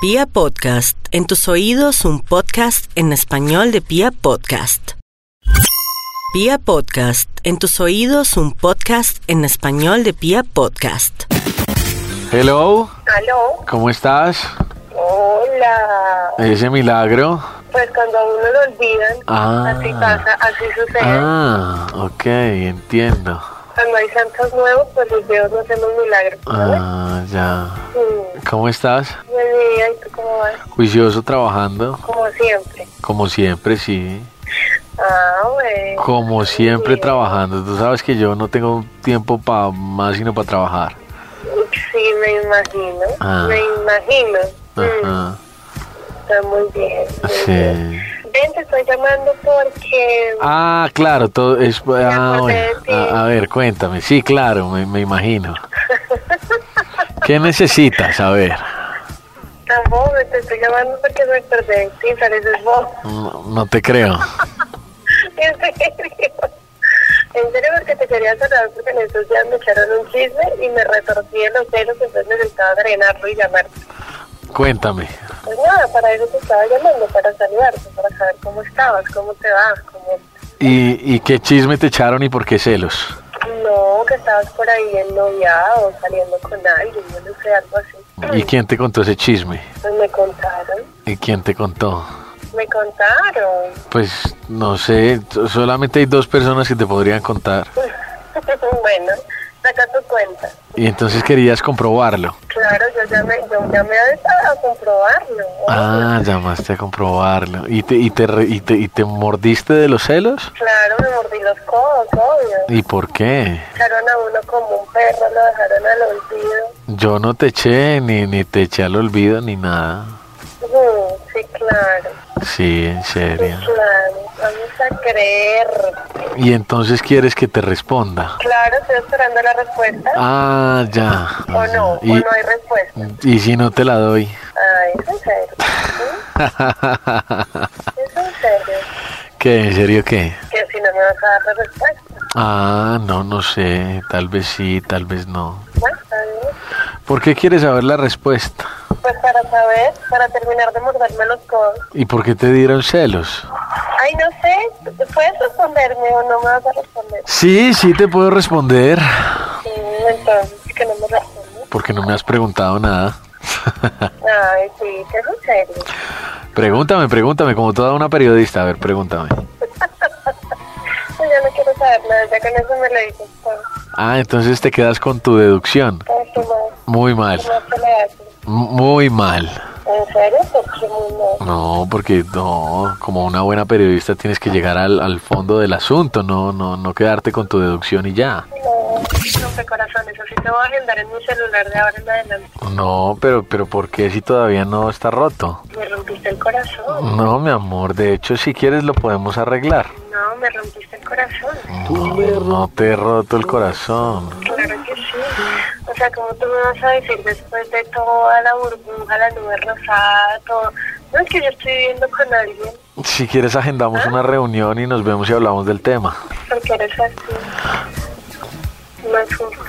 Pia Podcast, en tus oídos un podcast en español de Pia Podcast. Pia Podcast, en tus oídos un podcast en español de Pia Podcast. Hello, Aló, ¿cómo estás? hola. Ese milagro. Pues cuando a uno lo olvidan, Ah. así pasa, así sucede. Ah, ok, entiendo. Cuando hay santos nuevos, pues los dedos no hacemos milagros. ¿sabes? Ah, ya. Mm. ¿Cómo estás? Buen día, ¿y tú cómo vas? Juicioso trabajando, Como siempre. como siempre, sí. Ah, bueno. Como siempre Sí. trabajando. Tú sabes que yo no tengo tiempo para más sino para trabajar. Sí, me imagino. Ah. Me imagino. Mm, Ajá. Está muy bien. muy bien. Sí. Ven, te estoy llamando porque... Ah, claro, todo es. Ah, acordé bueno. de ti. A, a ver, cuéntame. Sí, claro, me, me imagino. ¿Qué necesitas? A ver. Tampoco te estoy llamando porque me acordé de ti, pareces vos. No- no te creo. En serio. En serio, porque te quería cerrar porque en estos días me echaron un chisme y me retorcí en los celos, entonces necesitaba drenarlo y llamarte. Cuéntame. Pues nada, para eso te estaba llamando, para saludarte, para saber cómo estabas, cómo te vas, cómo... ¿Y, y qué chisme te echaron y por qué celos? No, que estabas por ahí en noviado, saliendo con alguien, yo no sé, algo así. ¿Y quién te contó ese chisme? Pues me contaron, ¿Y quién te contó? me contaron. Pues no sé, t- solamente hay dos personas que te podrían contar. bueno, saca tu cuenta. Y entonces querías comprobarlo. Claro, yo llamé, yo llamé a, esa- a comprobarlo. Ah, llamaste a comprobarlo. ¿Y te, y te, re- y te, y te mordiste de los celos? Claro, me mordí los codos, obvio. ¿Y por qué? Echaron a uno como un perro, lo dejaron al olvido. Yo no te eché, ni, ni te eché al olvido, ni nada. Ujú, sí, claro, Sí, en sí, serio. claro. Vamos a creer. ¿Y entonces quieres que te responda? Claro, estoy esperando la respuesta. Ah, ya. o no, Y- o no hay respuesta. ¿Y si no te la doy? Ay, es en serio. ¿sí? Es en serio. ¿Qué? ¿En serio qué? Que si no me vas a dar la respuesta. Ah, no, no sé. Tal vez sí, tal vez no. Bueno, está bien. ¿Por qué quieres saber la respuesta? Pues para saber, para terminar de morderme los codos. ¿Y por qué te dieron celos? Ay, no sé, ¿puedes responderme o no me vas a responder? Sí, sí te puedo responder. Ah. Sí, entonces, que no me respondes. Porque no me has preguntado nada. Ay, sí, que es en serio. pregúntame, pregúntame, como toda una periodista. A ver, pregúntame. Pues ya no quiero saber nada, ya con eso me lo dices pues, todo. Ah, entonces te quedas con tu deducción. Ay, qué mal, Muy mal. qué mal que le haces. M- Muy mal. ¿En serio? Porque muy mal. No, porque no, como una buena periodista tienes que llegar al, al fondo del asunto, no, no, no quedarte con tu deducción y ya. No, no fue corazón, eso sí te voy a agendar en mi celular de ahora en adelante. No, pero, pero ¿por qué si todavía no está roto? Me rompiste el corazón. No, mi amor, de hecho, si quieres lo podemos arreglar. No, me rompiste el corazón. No, no te he roto el corazón. Claro que sí. O sea, ¿cómo tú me vas a decir después de toda la burbuja, la nube rosada, todo? No es que yo estoy viviendo con alguien Si quieres agendamos una reunión y nos vemos y hablamos del tema. porque eres así. No es justo.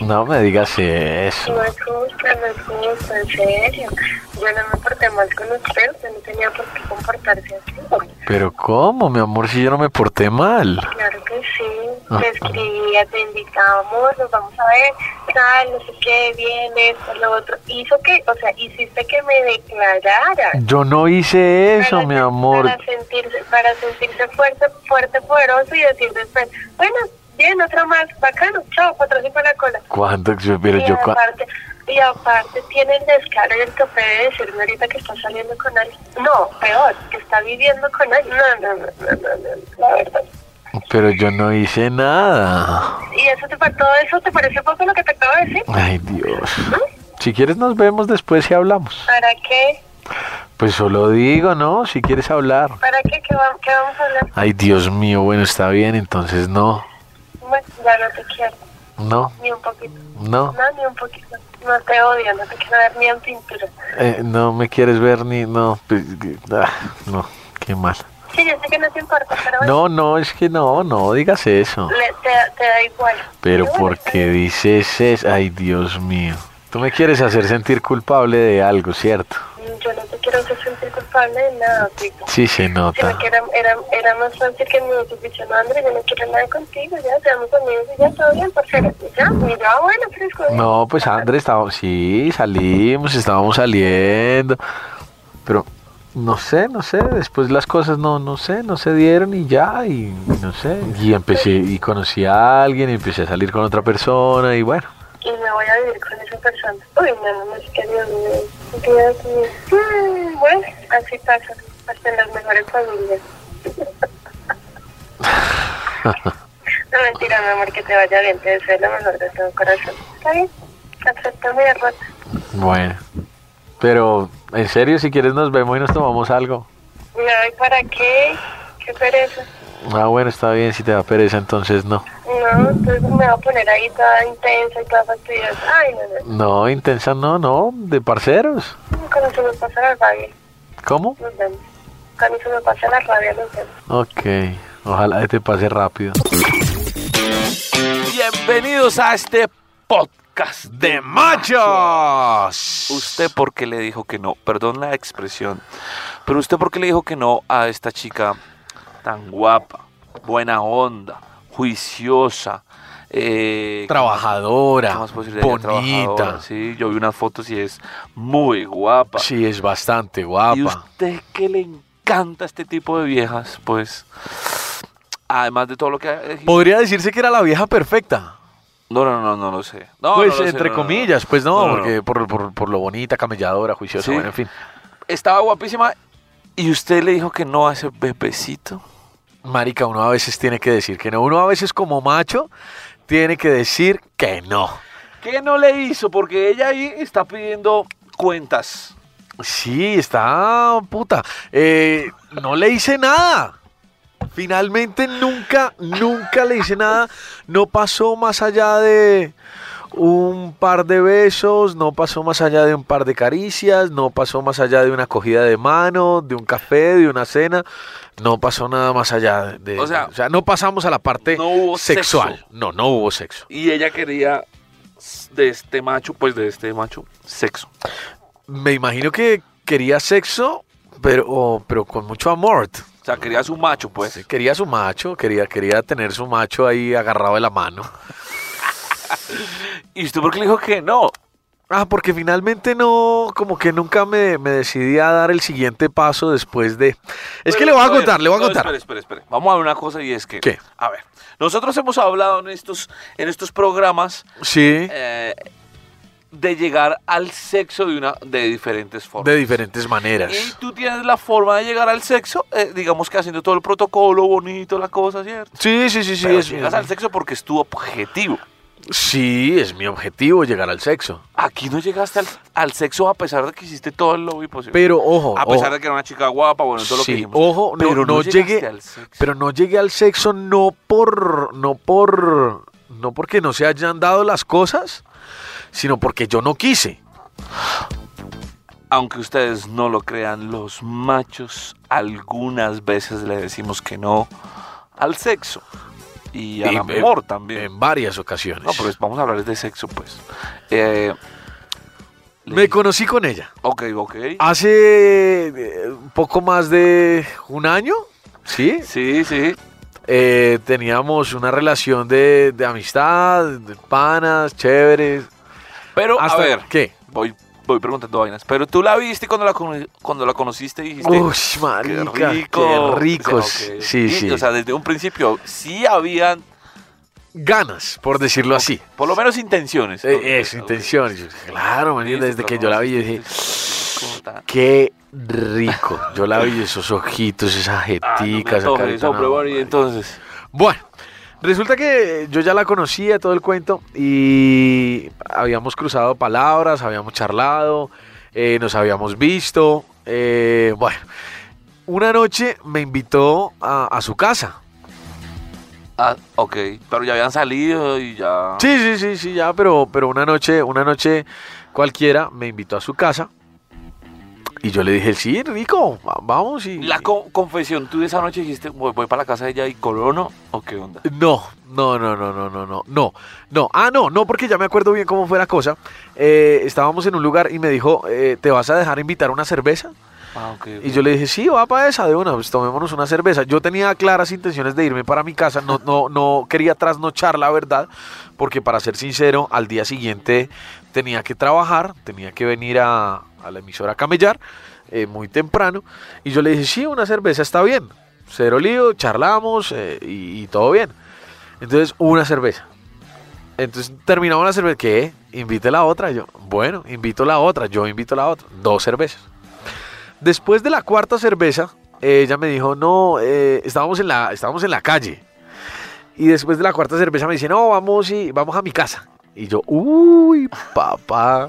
No me digas eso. No es justo, no es justo, en serio. Yo no me porté mal con usted, usted no tenía por qué comportarse así. Pero ¿cómo, mi amor, si yo no me porté mal? Claro que sí, Ah. te escribía, te invitábamos, nos vamos a ver, tal, no sé qué, viene, esto, lo otro. Hizo que, o sea, hiciste que me declarara. Yo no hice eso, Para mi sen- amor. Para sentirse, para sentirse fuerte, fuerte, poderoso y decir después, bueno, bien, otro más, bacano, chao, patrocín para la cola. ¿Cuándo? Pero Y yo... cua- aparte, y aparte tiene el descaro y el tope de decirme ahorita que está saliendo con alguien. No, peor, que está viviendo con alguien. No, no, no, no, no, no, la verdad. Pero yo no hice nada. ¿Y eso te, pa- todo eso te parece poco lo que te acabo de decir? Ay, Dios. Si quieres nos vemos después y hablamos. ¿Para qué? Pues solo digo, ¿no? Si quieres hablar. ¿Para qué? ¿Qué, va- qué vamos a hablar? Ay, Dios mío, bueno, está bien, entonces no. Bueno, ya no te quiero, No, ni un poquito. no. No, ni un poquito. No te odio, no te quiero ver ni en pintura. eh, no me quieres ver ni... No, pues, que- ah, no, qué mal. Sí, yo sé que no te importa, pero No, bueno, no, es que no, no digas eso. le- te, te da igual. Pero Y bueno, ¿por está qué dices eso? Ay, Dios mío. Tú me quieres hacer sentir culpable de algo, ¿cierto? bien. responsable de nada, Tito. Sí, se nota. Sino que era, era, era más fácil que me hubiese dicho, no, André, yo no quiero nada contigo, ya, seamos amigos y ya, todo bien, parcero. Y ya, mira, bueno, fresco. No, pues Andrés, estaba, sí, salimos, estábamos saliendo, pero no sé, no sé, después las cosas no, no sé, no se dieron y ya, y no sé, y empecé, y conocí a alguien, y empecé a salir con otra persona, y bueno, Y me voy a vivir con esa persona. Uy, no, no, es que Dios mío, Dios mío. Mm, Bueno, así pasa, hasta en las mejores familias. No, mentira, mi amor, que te vaya bien, te deseo lo mejor de todo corazón. ¿Está bien? Acepto mi derrota. bueno, pero en serio, si quieres nos vemos y nos tomamos algo. ¿Me voy para qué? ¿Qué pereza? Ah, bueno, está bien, si te da pereza, entonces no. No, entonces me voy a poner ahí toda intensa y toda fastidiosa. Ay, no, No, intensa, no, no, de parceros. no. Cuando se me pasa la rabia, ¿Cómo? nos vemos. Cuando se me pasa la rabia, nos vemos. Ok, ojalá te pase rápido. Bienvenidos a este podcast de machos. ¿Usted por qué le dijo que no? Perdón la expresión, pero ¿usted por qué le dijo que no a esta chica tan guapa, buena onda, juiciosa? eh, ¿qué Trabajadora, más puedo decir de ella? Trabajadora, Sí, yo vi unas fotos y es muy guapa. Sí, es bastante Y guapa. usted que le encanta este tipo de viejas, pues, además de todo lo que... ha- Podría decirse que era la vieja perfecta. No, no, no, no lo sé. pues No, Ah, no lo sé, entre no, no, no. comillas, pues no, No, no, no. porque Por, por- por lo bonita, camelladora, juiciosa, Sí. bueno, en fin. Estaba guapísima y usted le dijo que no a ese bebecito. Marica, uno a veces tiene que decir que no. Uno a veces como macho tiene que decir que no. ¿Qué no le hizo? Porque ella ahí está pidiendo cuentas. Sí, está puta. Eh, no le hice nada. Finalmente nunca, nunca le hice nada. No pasó más allá de un par de besos, no pasó más allá de un par de caricias, no pasó más allá de una cogida de mano, de un café, de una cena. No pasó nada más allá de... O sea, no pasamos a la parte no hubo sexual. sexo. No, no hubo sexo. Y ella quería de este macho, pues de este macho, sexo. Me imagino que quería sexo, pero, pero con mucho amor. O sea, quería su macho, pues. Sí, quería su macho, quería, quería tener su macho ahí agarrado de la mano. ¿Y usted por qué le dijo que no? Ah, porque finalmente no, como que nunca me, me decidí a dar el siguiente paso después de... Es que Pero, le voy a ver, contar, le voy a no, contar. Espere, espere, espere. Vamos a ver una cosa y es que. ¿Qué? A ver. Nosotros hemos hablado en estos, en estos programas Sí, eh, de llegar al sexo de, una, de diferentes formas. de diferentes Y maneras. tú tienes la forma de llegar al sexo, eh, digamos que haciendo todo el protocolo bonito, la cosa, ¿cierto? Sí, sí, sí, sí. Pero Es mi, llegas al sexo porque es tu objetivo. sí, es mi objetivo llegar al sexo. Aquí no llegaste al, al sexo a pesar de que hiciste todo el lobby posible. Pero ojo, a pesar ojo, de que era una chica guapa, bueno, todo lo que sí, dijimos. ojo, no, pero no, llegaste llegué, al sexo. pero no llegué al sexo no por, no por, no porque no se hayan dado las cosas, sino porque yo no quise. Aunque ustedes no lo crean, los machos algunas veces le decimos que no al sexo y al Y- eh, amor también. En varias ocasiones. no, pero es- vamos a hablar de sexo, pues. Eh, le Me dije- conocí con ella Ok, ok. hace eh, poco más de un año, ¿sí? Sí, sí. Eh, teníamos una relación de, de amistad, de panas, chéveres. Pero, Hasta- a ver, ¿Qué? voy, voy preguntando vainas. Pero tú la viste cuando la, cono- cuando la conociste y dijiste, Uy, marica, qué, ricos. O sea, ok. Sí, Y, sí. O sea, desde un principio sí habían, Ganas, por decirlo así. por lo menos, intenciones. Eh, Ok, es ok. intención. Yo dije, claro, man, Listo, desde pero que no, yo la vi, yo sí, dije, sí, sí, puta. qué rico. Yo la vi, esos ojitos, esas Ah, no me jeticas. esa antojes, carita, hombre, no, bueno, y marica. entonces, Bueno, resulta que yo ya la conocía, todo el cuento, y habíamos cruzado palabras, habíamos charlado, eh, nos habíamos visto. eh, bueno, una noche me invitó a, a su casa. ah, ok, pero ya habían salido y ya. Sí, sí, sí, sí, ya, pero, pero una noche, una noche cualquiera me invitó a su casa. Y yo le dije, sí, rico, va- vamos y... La co- confesión, tú de esa noche dijiste, voy, voy para la casa de ella y colono, o qué onda. No, no, no, no, no, no, no, no, no, ah, no, no, porque ya me acuerdo bien cómo fue la cosa. Eh, estábamos en un lugar y me dijo, eh, ¿te vas a dejar invitar una cerveza? Ah, ok, ok. Y yo le dije, sí, va para esa, de una, pues tomémonos una cerveza. Yo tenía claras intenciones de irme para mi casa, no, no, no quería trasnochar la verdad, porque para ser sincero, al día siguiente tenía que trabajar, tenía que venir a, a la emisora a camellar eh, muy temprano. Y yo le dije, sí, una cerveza está bien, cero lío, charlamos eh, y, y todo bien. Entonces, una cerveza. Entonces terminamos la cerveza, ¿qué? Invite la otra, yo, bueno, invito la otra, yo invito la otra, dos cervezas. Después de la cuarta cerveza, eh, ella me dijo, no, eh, estábamos, en la, estábamos en la calle. Y después de la cuarta cerveza me dice, no, vamos, y, vamos a mi casa. Y yo, uy, papá.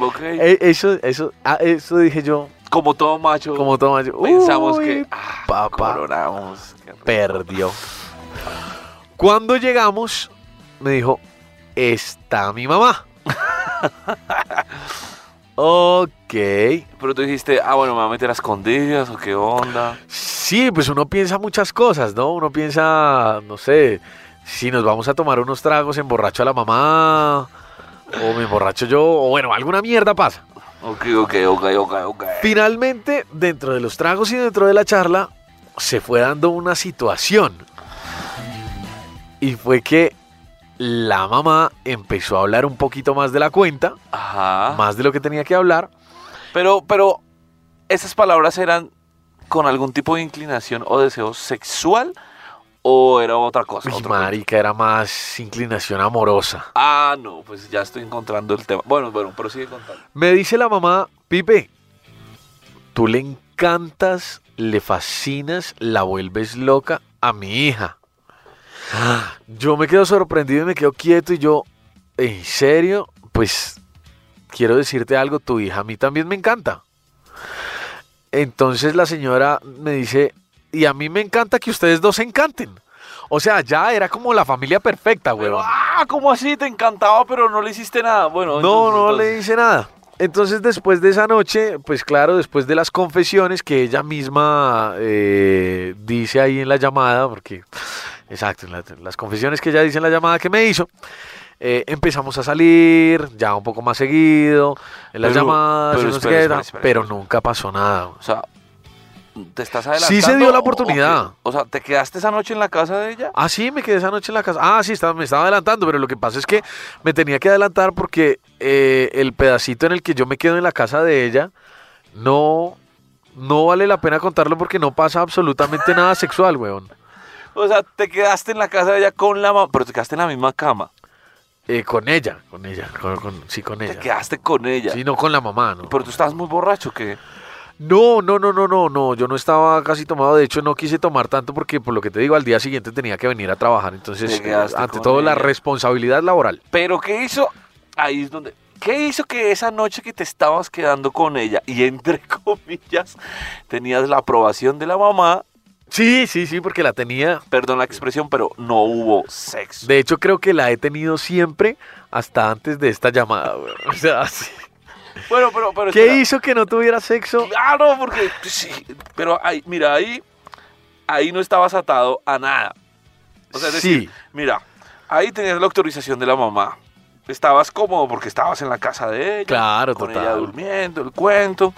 Ok. Eh, eso, eso, ah, eso dije yo, como todo macho, como toma yo. pensamos uy, que ah, papá. coronamos. Qué rico. perdió. Cuando llegamos, me dijo, está mi mamá. ok. Pero tú dijiste, ah, bueno, me voy a meter a escondidas o qué onda. Sí, pues uno piensa muchas cosas, ¿no? Uno piensa, no sé, si nos vamos a tomar unos tragos, emborracho a la mamá, o me emborracho yo, o bueno, alguna mierda pasa. Ok, ok, ok, ok, ok. Finalmente, dentro de los tragos y dentro de la charla, se fue dando una situación. Y fue que la mamá empezó a hablar un poquito más de la cuenta, Ajá. más de lo que tenía que hablar. Pero, pero, ¿esas palabras eran con algún tipo de inclinación o deseo sexual o era otra cosa? Y otro marica, era más inclinación amorosa. cuento? Ah, no, pues ya estoy encontrando el tema. Bueno, bueno, pero sigue contando. Me dice la mamá, Pipe, tú le encantas, le fascinas, la vuelves loca a mi hija. Yo me quedo sorprendido y me quedo quieto y yo, en serio, pues quiero decirte algo, tu hija a mí también me encanta. Entonces la señora me dice, y a mí me encanta que ustedes dos se encanten. O sea, ya era como la familia perfecta, Pero, huevón. ah, ¿cómo así? Te encantaba, pero no le hiciste nada. No, Bueno, entonces, no entonces- le hice nada. Entonces después de esa noche, pues claro, después de las confesiones que ella misma eh, dice ahí en la llamada, porque, exacto, en la- las confesiones que ella dice en la llamada que me hizo, eh, empezamos a salir ya un poco más seguido, en las Pero- llamadas, pero y no sé espera, qué, espera, espera, pero espera. nunca pasó nada. O sea, ¿te estás adelantando? Sí se dio la o- o oportunidad. qué? O, sea, ¿te quedaste esa noche en la casa de ella? Ah, sí, me quedé esa noche en la casa. Ah, sí, estaba, me estaba adelantando, pero lo que pasa es que me tenía que adelantar porque eh, el pedacito en el que yo me quedo en la casa de ella no, no vale la pena contarlo porque no pasa absolutamente nada sexual, weón. O sea, ¿te quedaste en la casa de ella con la mamá? Pero te quedaste en la misma cama. Eh, con ella, con ella, con- con- sí, con Te ella. quedaste con ella. Sí, no con la mamá, ¿no? Pero tú estabas muy borracho, ¿qué? No, no, no, no, no, no, yo no estaba casi tomado, de hecho no quise tomar tanto porque por lo que te digo, al día siguiente tenía que venir a trabajar, entonces Te quedaste eh, ante con todo la ella. responsabilidad laboral. Pero ¿qué hizo? Ahí es donde... ¿Qué hizo que esa noche que te estabas quedando con ella y entre comillas tenías la aprobación de la mamá, Sí, sí, sí, porque la tenía, perdón la expresión, pero no hubo sexo? De hecho, creo que la he tenido siempre hasta antes de esta llamada, weón. O sea, sí. Bueno, pero... pero ¿Qué espera. hizo que no tuviera sexo? Claro, Ah, porque pues, sí, pero ahí, mira, ahí, ahí no estabas atado a nada. O sea, es Sí. decir, mira, ahí tenías la autorización de la mamá. Estabas cómodo porque estabas en la casa de ella. Claro, con total. ella durmiendo, el cuento.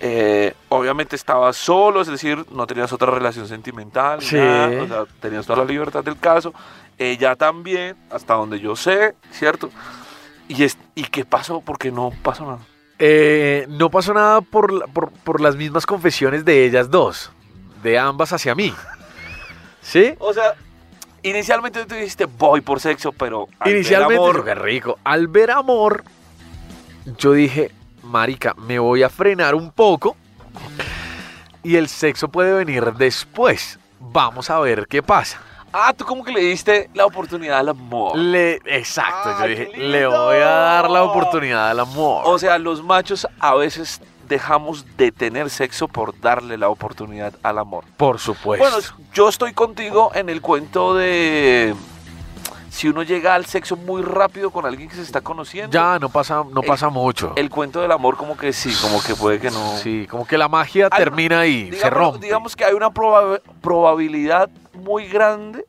Eh, obviamente estabas solo, es decir, no tenías otra relación sentimental. ni Sí. nada, o sea, tenías toda la libertad del caso. Ella también, hasta donde yo sé, ¿cierto? ¿Y, es, ¿y qué pasó? Porque no pasó nada. Eh, no pasó nada por, la- por, por las mismas confesiones de ellas dos, de ambas hacia mí. ¿Sí? O sea, inicialmente tú dijiste voy por sexo, pero al ver Inicialmente, amor, yo, qué rico. Al ver amor, yo dije, marica, me voy a frenar un poco y el sexo puede venir después. Vamos a ver qué pasa. ah, tú como que le diste la oportunidad al amor. Le, exacto, yo ¡Ay, dije, Ah, qué le lindo! voy a dar la oportunidad al amor. O sea, los machos a veces dejamos de tener sexo por darle la oportunidad al amor. Por supuesto. Bueno, yo estoy contigo en el cuento de si uno llega al sexo muy rápido con alguien que se está conociendo. ya no pasa, no el- pasa mucho. El cuento del amor como que sí, como que puede que no. sí, como que la magia Hay- termina ahí, se digamos, rompe. digamos que hay una proba- probabilidad muy grande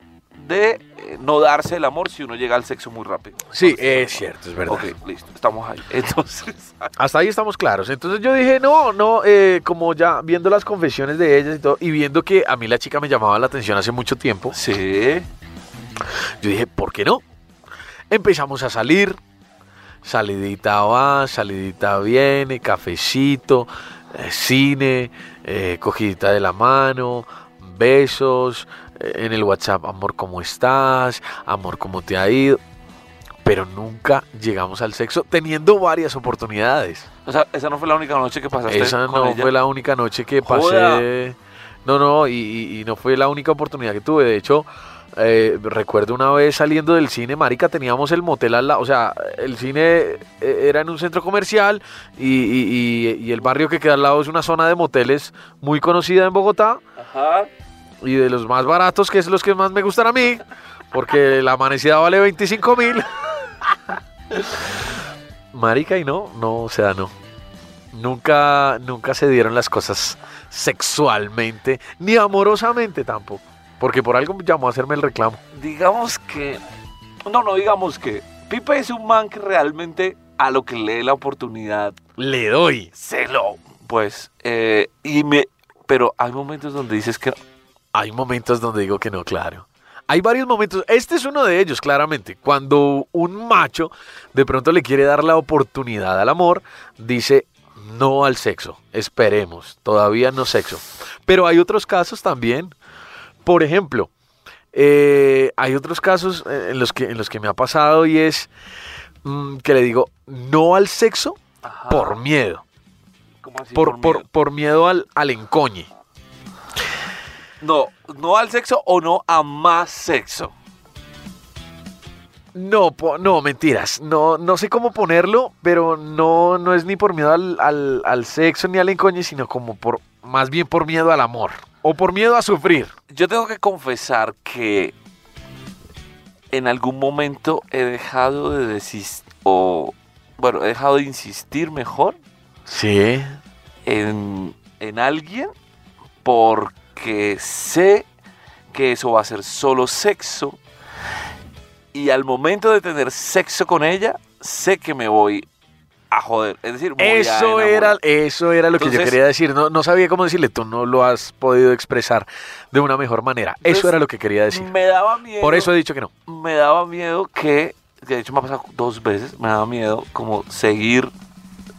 de eh, no darse el amor si uno llega al sexo muy rápido. Sí, Entonces, es cierto, es verdad. Ok, listo, estamos ahí. Entonces, Hasta ahí estamos claros. Entonces yo dije, no, no, eh, como ya viendo las confesiones de ellas y todo, y viendo que a mí la chica me llamaba la atención hace mucho tiempo, sí. yo dije, ¿por qué no? Empezamos a salir, salidita va, salidita viene, cafecito, eh, cine, eh, cogidita de la mano, besos, eh, en el WhatsApp, amor, ¿cómo estás? Amor, ¿cómo te ha ido? Pero nunca llegamos al sexo teniendo varias oportunidades. O sea, esa no fue la única noche que pasaste Esa con no ella. fue la única noche que pasé. Joda. No, no, y, y- y no fue la única oportunidad que tuve. De hecho, eh, recuerdo una vez saliendo del cine, Marica, teníamos el motel al lado. O sea, el cine eh, era en un centro comercial y, y- y- y el barrio que queda al lado es una zona de moteles muy conocida en Bogotá Ajá. y de los más baratos, que es los que más me gustan a mí, porque la amanecida vale 25 mil. Marica, y no, no, o sea, no. Nunca, nunca se dieron las cosas sexualmente, ni amorosamente tampoco. Porque por algo llamó a hacerme el reclamo. Digamos que. No, no, digamos que. Pipe es un man que realmente a lo que le dé la oportunidad Le doy. se lo. Pues, eh, y me. Pero hay momentos donde dices que. Hay momentos donde digo que no, claro. Hay varios momentos. Este es uno de ellos, claramente. Cuando un macho de pronto le quiere dar la oportunidad al amor, dice no al sexo. Esperemos. Todavía no sexo. Pero hay otros casos también. Por ejemplo, eh, hay otros casos eh, en los, que, en los que me ha pasado y es mm, que le digo no al sexo Ajá, por miedo. ¿cómo así Por, por, Ah, miedo? por miedo al, al encoñe. No, no al sexo o no a más sexo. No, po- no, mentiras. No, no sé cómo ponerlo, pero no, no es ni por miedo al, al- al sexo ni al encoñe, sino como por, más bien por miedo al amor. O por miedo a sufrir. Yo tengo que confesar que en algún momento he dejado de desistir, o bueno, he dejado de insistir mejor Sí. en, en alguien porque sé que eso va a ser solo sexo y al momento de tener sexo con ella, sé que me voy a joder. Es decir, voy a Eso enamorar. era, eso era lo que yo Entonces- quería decir. No, no sabía cómo decirle. Tú no lo has podido expresar de una mejor manera. Entonces, eso era lo que quería decir. Me daba miedo. Por eso he dicho que no. me daba miedo que, de hecho me ha pasado dos veces, me daba miedo como seguir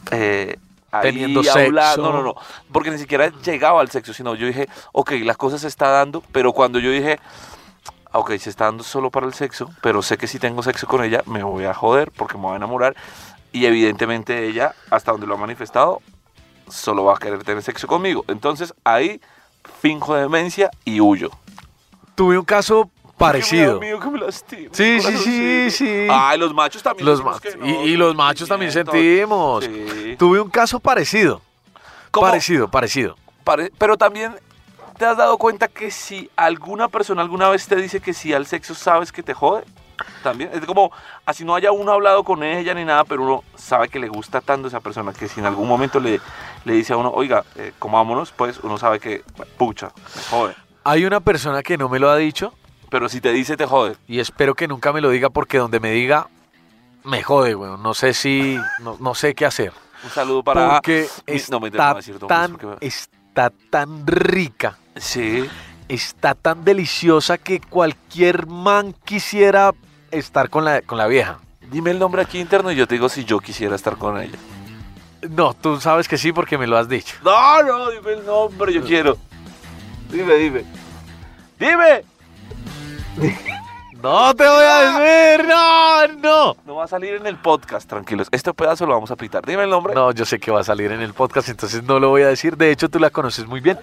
eh, ahí Teniendo hablando. sexo. No, no, no, porque ni siquiera llegaba al sexo, sino yo dije, ok, la cosa se está dando, pero cuando yo dije, ah, ok, se está dando solo para el sexo, pero sé que si tengo sexo con ella me voy a joder porque me voy a enamorar y evidentemente ella, hasta donde lo ha manifestado, solo va a querer tener sexo conmigo. Entonces ahí finjo demencia y huyo. Tuve un caso parecido. Porque me da miedo que me lastime, Sí, sí, mi sí, sí. corazoncito. Ay, los machos también. Los sentimos ma- que no, y, y los machos también sentimos. Sí. Tuve un caso parecido. Como- Parecido, parecido. pare- pero también te has dado cuenta que si alguna persona alguna vez te dice que sí al sexo sabes que te jode. También es como así no haya uno hablado con ella ni nada, pero uno sabe que le gusta tanto esa persona que si en algún momento le, le dice a uno, oiga, eh, comámonos, pues uno sabe que pucha, me jode. Hay una persona que no me lo ha dicho Pero si te dice te jode. y espero que nunca me lo diga porque donde me diga me jode, weón. No sé si, no, no sé qué hacer. Un saludo para. porque Mi- está, no, mentira, no voy a decir nombres tan, porque me- está tan rica, Sí. está tan deliciosa que cualquier man quisiera estar con la, con la vieja. Dime el nombre aquí interno y yo te digo si yo quisiera estar con ella. No, tú sabes que sí porque me lo has dicho. No, no, dime el nombre, yo quiero. Dime, dime. ¡Dime! No te voy a decir, no, no. No va a salir en el podcast, tranquilos. Este pedazo lo vamos a pitar. Dime el nombre. No, yo sé que va a salir en el podcast, entonces no lo voy a decir. De hecho, tú la conoces muy bien.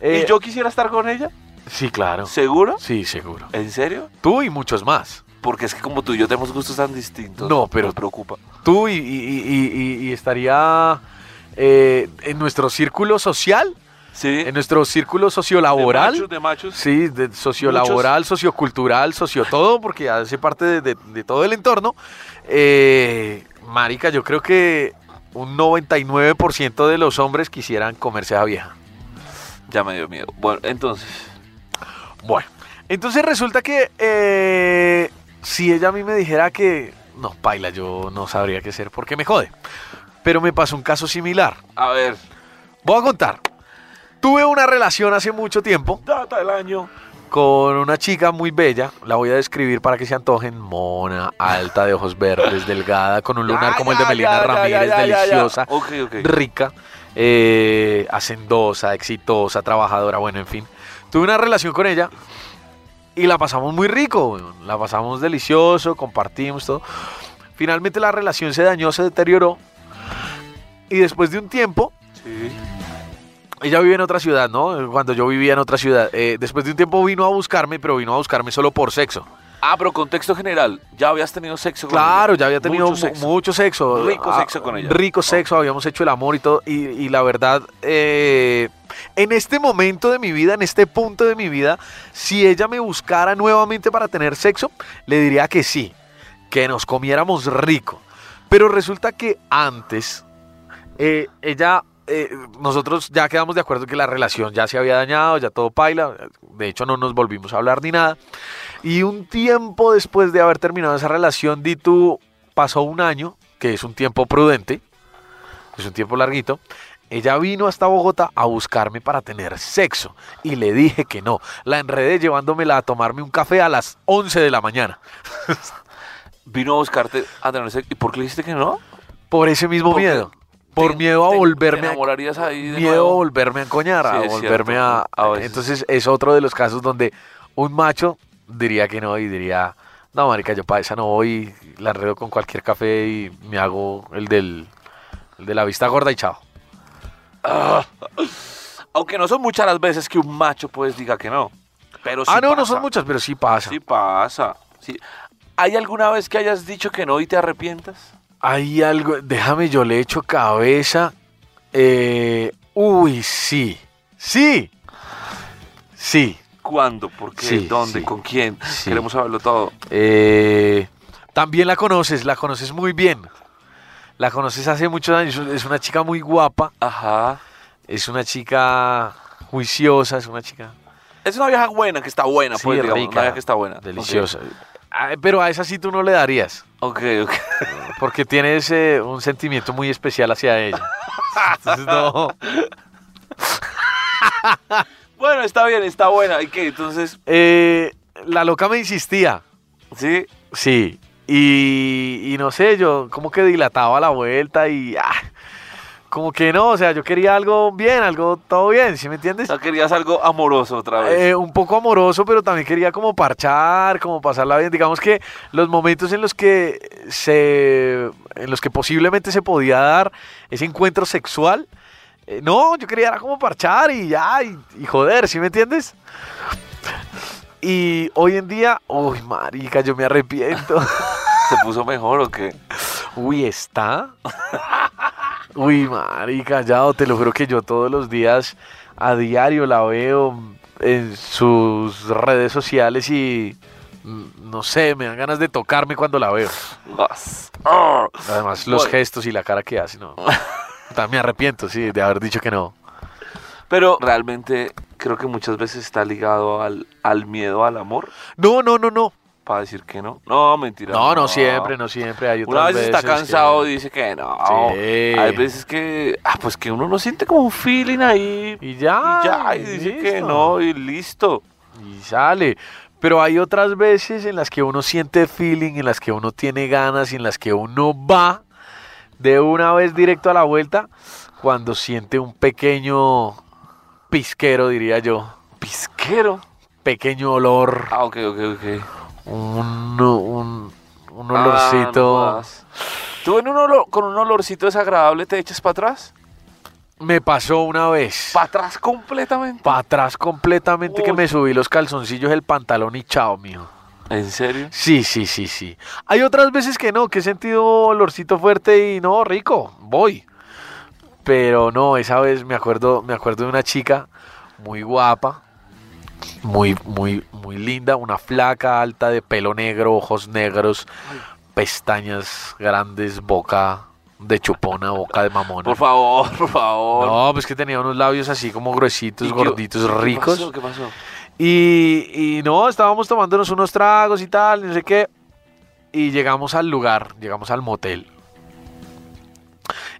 Eh, ¿Y yo quisiera estar con ella? Sí, claro. ¿Seguro? Sí, seguro. ¿En serio? Tú y muchos más. Porque es que como tú y yo tenemos gustos tan distintos. No, pero- Me preocupa. Tú y, y- y- y- y estaría eh, en nuestro círculo social, ¿Sí? en nuestro círculo De sociolaboral. machos, de machos. Sí, de sociolaboral, sociocultural, sociotodo, porque hace parte de, de- de todo el entorno. Eh, marica, yo creo que un 99% de los hombres quisieran comerse a esa vieja. Ya me dio miedo. Bueno, entonces. Bueno, Entonces resulta que eh, si ella a mí me dijera que no, paila, yo no sabría qué hacer porque me jode. Pero me pasó un caso similar. A ver, Voy a contar. Tuve una relación hace mucho tiempo data del año. con una chica muy bella. La voy a describir para que se antojen. Mona, alta, de ojos verdes, delgada, con un lunar Ya, como el ya, de Melina ya, ya, Ramírez, ya, ya, ya. deliciosa, Ok, ok. rica, eh, hacendosa, exitosa, trabajadora, bueno, en fin. Tuve una relación con ella y la pasamos muy rico. weón. La pasamos delicioso, compartimos todo. Finalmente la relación se dañó, se deterioró. Y después de un tiempo, Sí. ella vive en otra ciudad, ¿no? Cuando yo vivía en otra ciudad. Eh, después de un tiempo vino a buscarme, pero vino a buscarme solo por sexo. Ah, pero contexto general, ya habías tenido sexo con Claro, ella? ya había tenido mu- Mucho mucho sexo. sexo. Rico Ah, sexo con ella. Rico sexo, habíamos hecho el amor y todo. Y, y la verdad, eh, en este momento de mi vida, en este punto de mi vida, si ella me buscara nuevamente para tener sexo, le diría que sí, que nos comiéramos rico. Pero resulta que antes, eh, ella, eh, nosotros ya quedamos de acuerdo que la relación ya se había dañado, ya todo paila. De hecho, no nos volvimos a hablar ni nada. Y un tiempo después de haber terminado esa relación, di tú, pasó un año, que es un tiempo prudente, es un tiempo larguito. Ella vino hasta Bogotá a buscarme para tener sexo y le dije que no. La enredé llevándomela a tomarme un café a las 11 de la mañana. Vino a buscarte a tener sexo. ¿Y por qué le dijiste que no? Por ese mismo Porque miedo. Por Te- miedo a te- volverme te a enamorarías ahí de miedo a nuevo. volverme a encoñar, a Sí, es volverme cierto, a, a veces. Entonces es otro de los casos donde un macho diría que no y diría, no, marica, yo para esa no voy, la enredo con cualquier café y me hago el del el de la vista gorda y chao. Aunque no son muchas las veces que un macho pues diga que no. Pero sí ah, no, no pasa. son muchas, pero sí pasa. Sí pasa. Sí. ¿Hay alguna vez que hayas dicho que no y te arrepientas? Hay algo, déjame, yo le echo cabeza. Eh, uy, sí, sí, sí. ¿Cuándo? ¿Por qué? Sí, ¿Dónde? sí. ¿Con quién? Sí. Queremos saberlo todo. Eh, también la conoces, la conoces muy bien. La conoces hace muchos años, es una chica muy guapa, Ajá. es una chica juiciosa, es una chica Es una vieja buena que está buena, Sí, pues digamos, rica, una vieja que está buena. deliciosa. Ah, Pero a esa sí tú no le darías, Ok, ok. ok. porque tienes eh, un sentimiento muy especial hacia ella. Entonces, no. bueno, está bien, está buena. ¿Y qué? Entonces, Eh, la loca me insistía, sí. sí, y, y no sé, yo como que dilataba la vuelta y... ah, como que no, o sea, yo quería algo bien, algo todo bien, ¿sí me O entiendes? sea, querías algo amoroso otra vez. Eh, un poco amoroso, pero también quería como parchar, como pasarla bien. Digamos que los momentos en los que se, en los que posiblemente se podía dar ese encuentro sexual, eh, no, yo quería era como parchar y ya, y, y joder, ¿sí me entiendes? Y hoy en día, uy, marica, yo me arrepiento. ¿Se puso mejor o qué? Uy, está. Uy, marica, ya te lo juro que yo todos los días, a diario, la veo en sus redes sociales y mm, no sé, me dan ganas de tocarme cuando la veo. Gas. Ah. Además, los Bueno. gestos y la cara que hace, no. También me arrepiento, sí, de haber dicho que no. Pero realmente creo que muchas veces está ligado al, al miedo al amor No, no, no, no. para decir que no. No, mentira. No, no siempre, no siempre. Hay Una otras vez está veces que- cansado y dice que no. Sí. Hay veces que, ah, pues que uno no siente como un feeling ahí. Y ya. y ya, y dice que listo. no, y listo. y sale. Pero hay otras veces en las que uno siente feeling, en las que uno tiene ganas y en las que uno va de una vez directo a la vuelta cuando siente un pequeño pisquero, diría yo. Pisquero. Pequeño olor, Ah, ok, ok, ok. un, un, un Ah, no olorcito. más. ¿Tú en un olor- con un olorcito desagradable te echas para atrás? Me pasó una vez. ¿Para atrás completamente? Para atrás completamente que Uy. me subí los calzoncillos, el pantalón y chao, mijo. ¿En serio? Sí, sí, sí, sí. Hay otras veces que no, que he sentido olorcito fuerte y no, rico, voy. Pero no, esa vez me acuerdo, me acuerdo de una chica muy guapa, muy, muy, muy linda, una flaca, alta, de pelo negro, ojos negros, pestañas grandes, boca de chupona, boca de mamona. Por favor, por favor. No, pues que tenía unos labios así como gruesitos, ¿Y qué- gorditos, qué ricos. pasó? ¿Qué pasó? Y, y no, estábamos tomándonos unos tragos y tal, no sé qué. Y llegamos al lugar, llegamos al motel.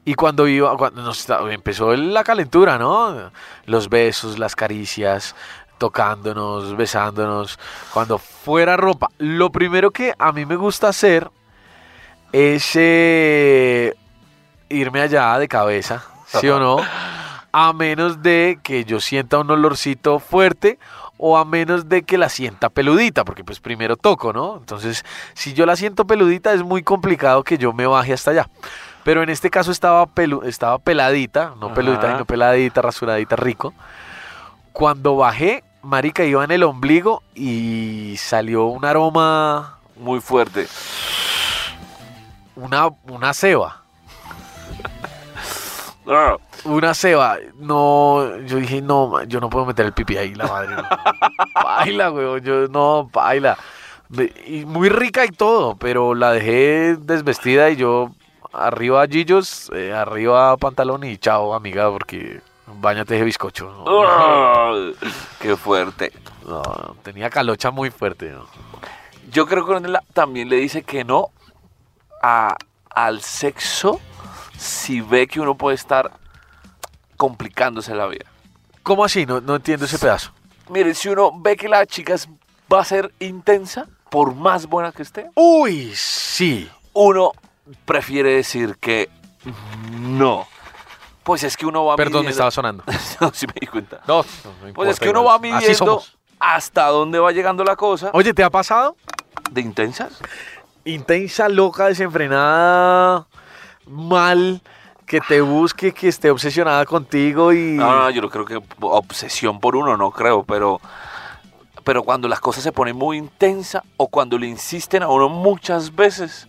Y cuando iba, cuando nos, empezó la calentura, ¿no? Los besos, las caricias, tocándonos, besándonos, cuando fuera ropa. Lo primero que a mí me gusta hacer es eh, irme allá de cabeza, ¿sí o no? A menos de que yo sienta un olorcito fuerte o a menos de que la sienta peludita, porque pues primero toco, ¿no? Entonces, si yo la siento peludita es muy complicado que yo me baje hasta allá. Pero en este caso estaba, pelu estaba peladita, no Ajá. peludita, sino peladita, rasuradita, rico. Cuando bajé, marica, iba en el ombligo y salió un aroma, Muy fuerte. una, una ceba. Ah, Una ceba. No, yo dije, no, ma- yo no puedo meter el pipí ahí, la madre. Baila, weón, yo no, baila. Y muy rica y todo, pero la dejé desvestida y yo arriba gillos, eh, arriba pantalón y chao, amiga, porque bañate de bizcocho. ¿no? ah, Qué fuerte. No, tenía calocha muy fuerte. ¿no? Yo creo que Ornella también le dice que no a- al sexo si ve que uno puede estar complicándose la vida. ¿Cómo así? No, no entiendo ese pedazo. Miren, si uno ve que la chica es- va a ser intensa, por más buena que esté, Uy, sí. uno prefiere decir que no. Pues es que uno va Perdón, me midiendo- estaba sonando. no, sí me di cuenta. No, no, no Pues es importa, que uno va igual. Así midiendo somos. Oh. hasta dónde va llegando la cosa Oye, ¿te ha pasado? de intensas. intensa, loca, desenfrenada, mal, que te busque, que esté obsesionada contigo y... No, no, Ah. yo no creo que obsesión por uno, no creo, pero, pero cuando las cosas se ponen muy intensas o cuando le insisten a uno muchas veces,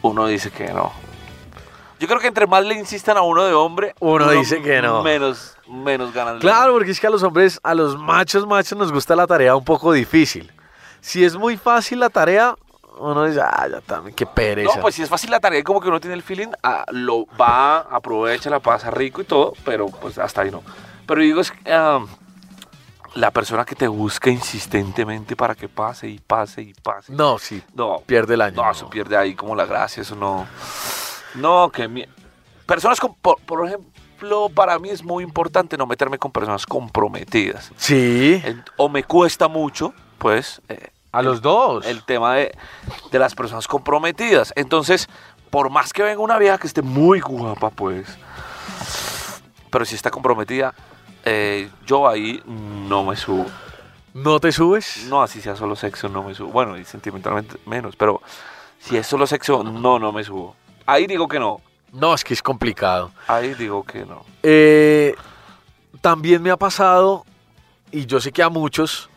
uno dice que no. Yo creo que entre más le insistan a uno de hombre, Uno dice que no. Menos, menos ganas. le Claro, porque es que a los hombres, a los machos, machos nos gusta la tarea un poco difícil. Si es muy fácil la tarea, uno dice, ah, ya también, qué dan. pereza. No, pues si es fácil la tarea, como que uno tiene el feeling, ah, lo va, aprovecha, la pasa rico y todo, pero pues hasta ahí no. Pero digo, es que, ah, la persona que te busca insistentemente para que pase y pase y pase. No, sí, No, pierde el año. No, eso pierde ahí como la gracia, eso no. No, que mi- personas con, por, por ejemplo, para mí es muy importante no meterme con personas comprometidas. Sí, En- o me cuesta mucho, pues, eh, a los dos. el tema de, de las personas comprometidas. Entonces, por más que venga una vieja que esté muy guapa, pues, pero si está comprometida, eh, yo ahí no me subo. ¿No te subes? No, así sea solo sexo, no me subo. Bueno, y sentimentalmente menos, pero si es solo sexo, no, no me subo. Ahí digo que no. No, es que es complicado. Ahí digo que no. Eh, también me ha pasado, y yo sé que a muchos,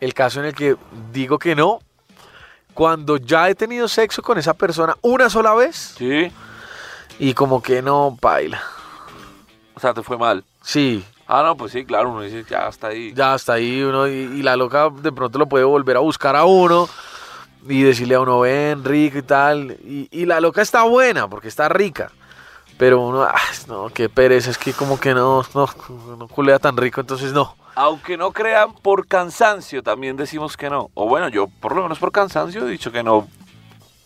el caso en el que digo que no, cuando ya he tenido sexo con esa persona una sola vez ¿Sí? y como que no, baila. O sea, te fue mal. Sí, Ah, no, pues sí, claro, uno dice, ya hasta ahí. ya hasta ahí uno, y, y la loca de pronto lo puede volver a buscar a uno y decirle a uno, ven, rico y tal. Y, y la loca está buena porque está rica. Pero uno, ah, no, qué pereza, es que como que no, no, no culea tan rico, entonces no. Aunque no crean, por cansancio también decimos que no. O bueno, yo por lo menos por cansancio he dicho que no.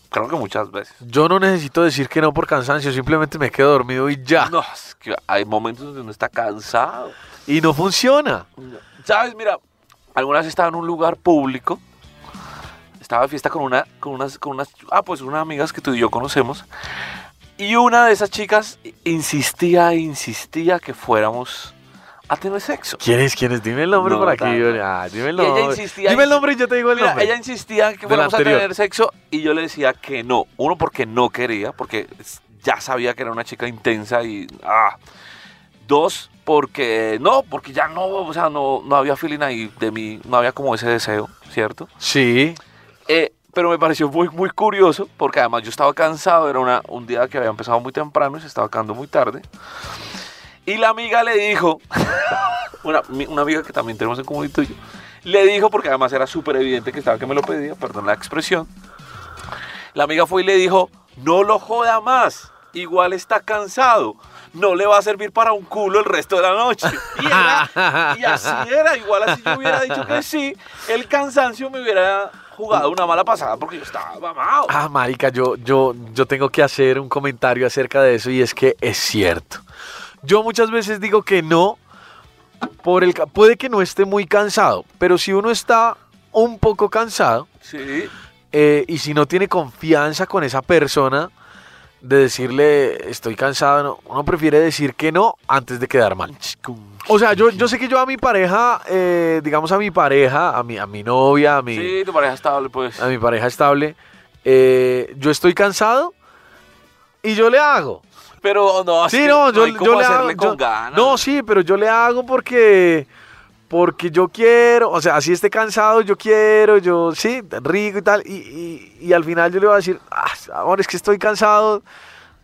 Creo que muchas veces. Yo no necesito decir que no por cansancio, simplemente me quedo dormido y ya. No, es que hay momentos donde uno está cansado. Y no funciona. ¿Sabes? Mira, alguna vez estaba en un lugar público. Estaba de fiesta con una, con unas, con unas, ah, pues unas amigas que tú y yo conocemos. Y una de esas chicas insistía, insistía que fuéramos a tener sexo. ¿Quién es? ¿Quién es? Dime el nombre No, por aquí. tan- yo- ah, dime el Y ella nombre. insistía, dime el insi- nombre y yo te digo el Mira, nombre. ella insistía que Del fuéramos a anterior. tener sexo y yo le decía que no. Uno porque no quería, porque s- ya sabía que era una chica intensa y ah. Dos porque no, porque ya no, o sea, no, no había feeling ahí de mí, no había como ese deseo, ¿cierto? Sí. Eh, pero me pareció muy, muy curioso, porque además yo estaba cansado, era una, un día que había empezado muy temprano y se estaba acabando muy tarde. Y la amiga le dijo, una, mi- una amiga que también tenemos en común tú y yo, le dijo, porque además era súper evidente que estaba que me lo pedía, perdón la expresión, la amiga fue y le dijo, no lo joda más, igual está cansado. No le va a servir para un culo el resto de la noche. Y, era- y así era, igual así yo hubiera dicho que sí, el cansancio me hubiera jugado una mala pasada porque yo estaba mamado. Ah, marica, yo, yo, yo tengo que hacer un comentario acerca de eso y es que es cierto. Yo muchas veces digo que no, por el, ca- puede que no esté muy cansado, pero si uno está un poco cansado Sí. eh, y si no tiene confianza con esa persona de decirle estoy cansado, no, uno prefiere decir que no antes de quedar mal. O sea, yo, yo sé que yo a mi pareja, eh, digamos a mi pareja, a mi, a mi novia, a mi, Sí, tu pareja estable, pues. a mi pareja estable, eh, yo estoy cansado y yo le hago. Pero no, es Sí, que no, yo, hay yo cómo le hago. hacerle con yo- ganas. No, sí, pero yo le hago porque porque yo quiero, o sea, así esté cansado, yo quiero, yo sí, rico y tal, y, y- y al final yo le voy a decir, "Ah, amor, es que estoy cansado.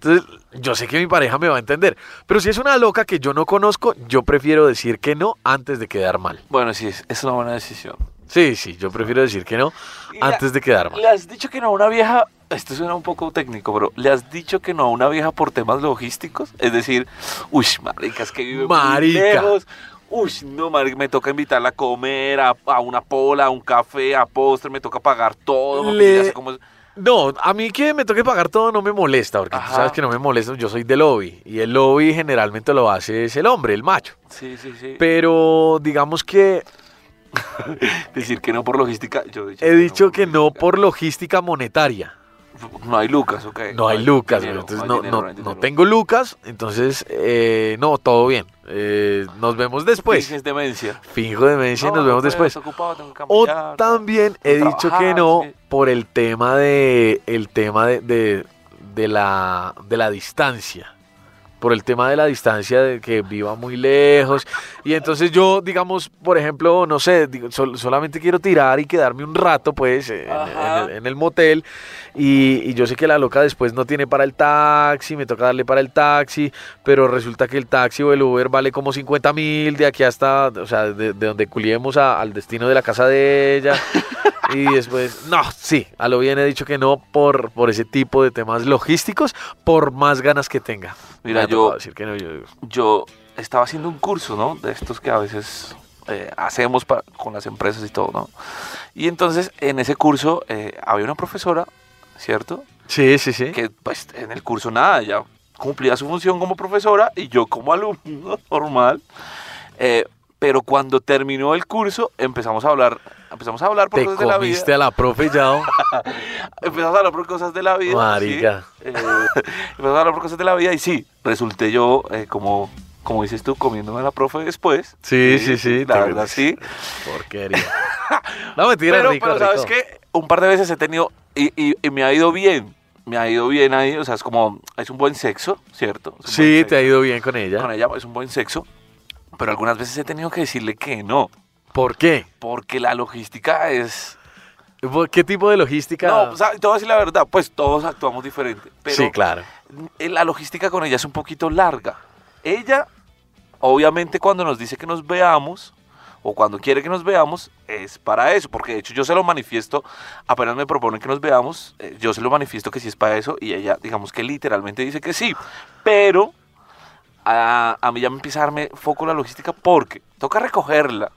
Entonces, yo sé que mi pareja me va a entender, pero si es una loca que yo no conozco, yo prefiero decir que no antes de quedar mal. Bueno, sí, es, es una buena decisión. Sí, sí, yo prefiero decir que no Y la- antes de quedar mal. Le has dicho que no a una vieja, esto suena un poco técnico, pero le has dicho que no a una vieja por temas logísticos, es decir, uy, marica, es que vive muy Marica. lejos. Uy, no, marica, me toca invitarla a comer, a, a una pola, a un café, a postre, me toca pagar todo, porque Le- ya sé cómo es. No, a mí que me toque pagar todo no me molesta, porque tú Ajá. sabes que no me molesta, yo soy de lobby, y el lobby generalmente lo hace es el hombre, el macho. Sí, sí, sí. Pero digamos que decir que no por logística, yo he dicho por que no logística. por logística monetaria. No hay lucas, ok. No hay lucas, dinero, entonces hay no, dinero, no- hay no dinero. tengo lucas, entonces eh, no, todo bien. Eh, nos vemos después. Finges demencia. Finjo demencia y No, nos no vemos puedo, después. estoy ocupado, tengo que O cambiar, no. también he tengo que dicho que trabajar, no sí. por el tema de el tema de, de- de la, de la distancia. Por el tema de la distancia de que viva muy lejos. Y entonces yo, digamos, por ejemplo, no sé, digo, sol- solamente quiero tirar y quedarme un rato, pues, en, en Ajá. el, en el motel. Y, y yo sé que la loca después no tiene para el taxi, me toca darle para el taxi, pero resulta que el taxi o el Uber vale como 50 mil de aquí hasta, o sea, de, de donde culiemos a- al destino de la casa de ella. Y después, no, sí, a lo bien he dicho que no por, por ese tipo de temas logísticos, por más ganas que tenga. Mira, Me ha yo- tocado decir que no, yo- yo estaba haciendo un curso, ¿no? De estos que a veces eh, hacemos pa- con las empresas y todo, ¿no? Y entonces en ese curso eh, había una profesora, ¿cierto? Sí, sí, sí. Que pues en el curso nada, ya cumplía su función como profesora y yo como alumno normal. Eh, pero cuando terminó el curso empezamos a hablar, empezamos a hablar por Te cosas de la vida. comiste a la profe ya. Empezamos a hablar por cosas de la vida. sí. Marica. Eh, empezamos a hablar por cosas de la vida y sí, resulté yo eh, como, como dices tú, comiéndome a la profe después. Sí, sí, sí, La te- verdad, sí. Porquería. No, mentira, Pero, rico, pero rico. sabes que un par de veces he tenido y, y- y me ha ido bien. Me ha ido bien ahí, o sea, es como, es un buen sexo, ¿cierto? Es un Sí, buen te ha sexo. ido bien con ella. Con ella es un buen sexo, pero algunas veces he tenido que decirle que no, ¿Por qué? porque la logística es, ¿Por ¿Qué tipo de logística? No, o sea, te voy a decir la verdad, pues todos actuamos diferente. Pero Sí, claro. eh, La logística con ella es un poquito larga. Ella, obviamente, cuando nos dice que nos veamos o cuando quiere que nos veamos, es para eso. Porque de hecho yo se lo manifiesto, apenas me proponen que nos veamos, eh, yo se lo manifiesto que sí es para eso y ella, digamos que literalmente dice que sí. Pero a, a mí ya me empieza a darme foco la logística porque toca recogerla.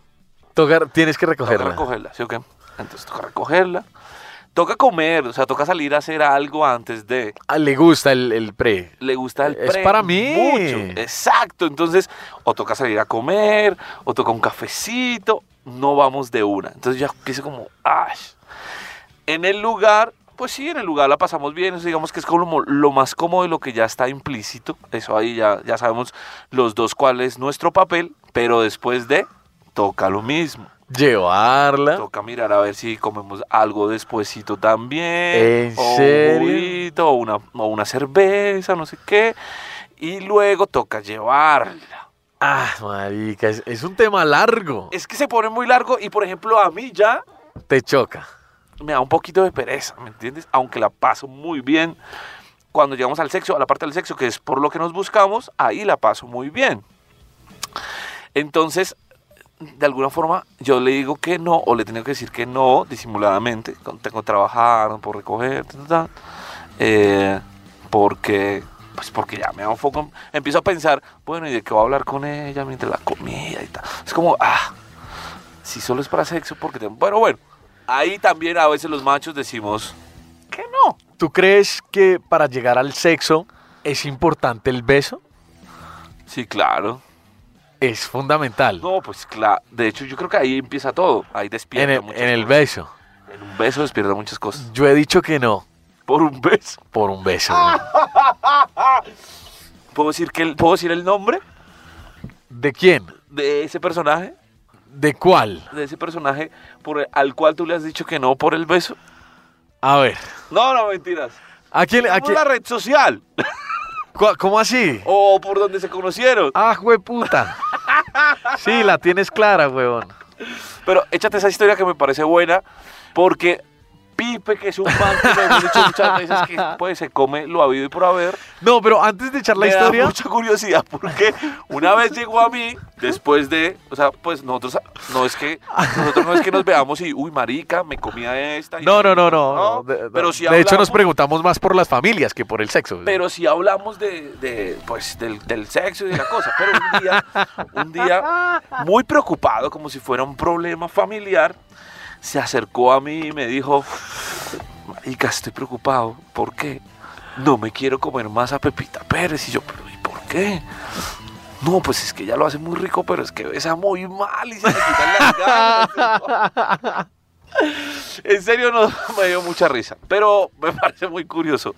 Tocar, tienes que Toca recogerla. recogerla, ¿sí o qué? Entonces toca recogerla. Toca comer, o sea, toca salir a hacer algo antes de. Ah, le gusta el, el pre. Le gusta el Es pre para mí. Mucho. Exacto. Entonces, o toca salir a comer, o toca un cafecito. No vamos de una. Entonces ya empiezo como, ¡ay! En el lugar, pues sí, en el lugar la pasamos bien. Eso digamos que es como lo más cómodo y lo que ya está implícito. Eso ahí ya, ya sabemos los dos cuál es nuestro papel. Pero después de, toca lo mismo. Llevarla. Toca mirar a ver si comemos algo despuesito también. ¿En o serio? Un juguito, o una, o una cerveza, no sé qué. Y luego toca llevarla. Ah, marica, es, es un tema largo. Es que se pone muy largo y, por ejemplo, a mí ya Te choca. me da un poquito de pereza, ¿me entiendes? Aunque la paso muy bien. Cuando llegamos al sexo, a la parte del sexo, que es por lo que nos buscamos, ahí la paso muy bien. Entonces, de alguna forma, yo le digo que no, o le tengo que decir que no, disimuladamente, con- tengo que trabajar, por recoger, ta, ta, ta, eh, porque pues porque ya me enfoco, empiezo a pensar, bueno, ¿y de qué voy a hablar con ella mientras la comida y tal? Es como, ah, si solo es para sexo, porque... Te... Bueno, bueno, ahí también a veces los machos decimos que no. ¿Tú crees que para llegar al sexo es importante el beso? Sí, claro. Es fundamental. No, pues claro. De hecho, yo creo que ahí empieza todo. Ahí en despierta el, muchas en el cosas. beso. En un beso despierta muchas cosas. Yo he dicho que no Por un beso. por un beso. Ah. ¿Puedo decir, que el, ¿Puedo decir el nombre ¿De quién? de ese personaje? ¿De cuál? De ese personaje por el- al cual tú le has dicho que no por el beso. A ver. No, no, mentiras. ¿A quién? a Por quién- la red social. cua- ¿Cómo así? O por donde se conocieron. Ah, puta. Sí, la tienes clara, huevón. Pero échate esa historia que me parece buena, porque Pipe, que es un man que lo hemos dicho muchas veces, que pues, se come lo habido y por haber, No, pero antes de echar la me da historia, mucha curiosidad, porque una vez llegó a mí, después de, o sea, pues nosotros, no es que, nosotros no es que nos veamos y, uy, marica, me comía esta. y- No, no, no, no. De, pero si de hecho, nos hablamos- preguntamos más por las familias que por el sexo. Pero si hablamos de, de, pues, del, del sexo y de la cosa, pero un día, un día muy preocupado, como si fuera un problema familiar, se acercó a mí y me dijo, marica, estoy preocupado, ¿por qué? No me quiero comer más a Pepita Pérez. Y yo, pero ¿y por qué? No, pues es que ella lo hace muy rico, pero es que besa muy mal y se le quitan las ganas. En serio, no, me dio mucha risa. Pero me parece muy curioso.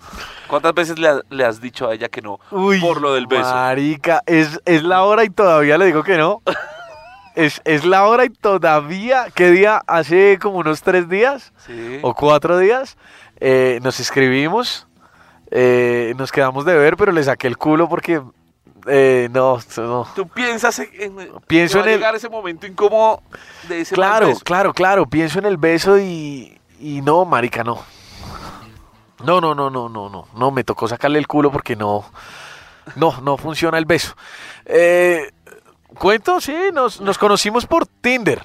¿Cuántas veces le, ha- le has dicho a ella que no Uy, por lo del beso? Marica, es, es la hora y todavía le digo que no. Es, es la hora y todavía, ¿qué día? Hace como unos tres días Sí. o cuatro días eh, nos escribimos, eh, nos quedamos de ver, pero le saqué el culo porque eh, no, esto no. Tú piensas en, en- Pienso que va en a el- llegar ese momento incómodo de ese mal Claro, beso. claro, claro, pienso en el beso y, y no, marica, no. No, no, no, no, no, no, no, me tocó sacarle el culo porque no, no, no funciona el beso. Eh, Cuento, sí, nos, nos conocimos por Tinder.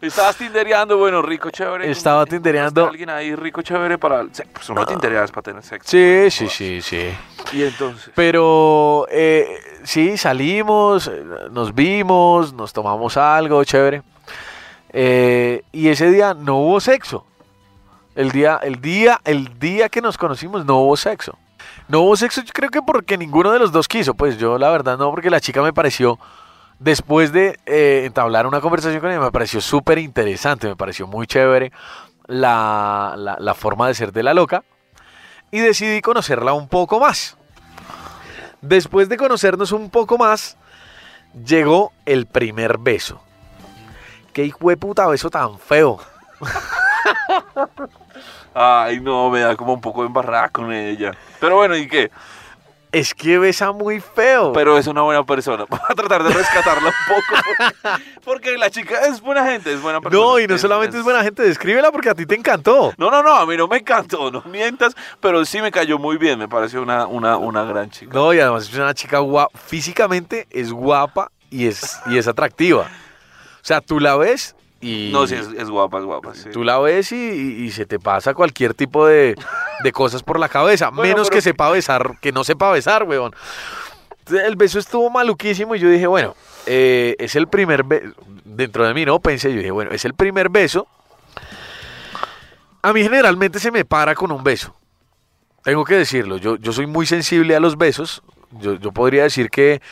Estabas tindereando, bueno, rico, chévere. Estaba ¿Encontraste tindereando. Ah. alguien ahí rico, chévere para... el sexo? Pues uno tindereas para tener sexo. pues, Sí, sí, sí, sí. Y entonces... Pero eh, sí, salimos, eh, nos vimos, nos tomamos algo, chévere. Eh, y ese día no hubo sexo. El día, el día, el día que nos conocimos no hubo sexo. No hubo sexo, yo creo que porque ninguno de los dos quiso. Pues yo la verdad no, porque la chica me pareció, después de eh, entablar una conversación con ella, me pareció súper interesante, me pareció muy chévere la, la- la forma de ser de la loca. Y decidí conocerla un poco más. Después de conocernos un poco más, llegó el primer beso. Qué hijo de puta beso tan feo. Ay, no, me da como un poco de embarrada con ella. Pero bueno, ¿y qué? Es que besa muy feo. Pero es una buena persona. Voy a tratar de rescatarla un poco. Porque la chica es buena gente, es buena persona. no, y no solamente es buena gente, descríbela porque a ti te encantó. No, no, no, a mí no me encantó, no mientas, pero sí me cayó muy bien, me pareció una, una, una gran chica. No, y además es una chica guapa. Físicamente es guapa y es, y es atractiva. O sea, tú la ves y. No, sí, es, es guapa, es guapa, sí. Tú la ves y, y- y se te pasa cualquier tipo de, de cosas por la cabeza. Bueno, menos pero- que sepa besar, que no sepa besar, weón. Entonces, El beso estuvo maluquísimo y yo dije, bueno, eh, es el primer beso. Dentro de mí, ¿no? Pensé, yo dije, bueno, es el primer beso. A mí generalmente se me para con un beso. Tengo que decirlo, yo, yo soy muy sensible a los besos. Yo, yo podría decir que,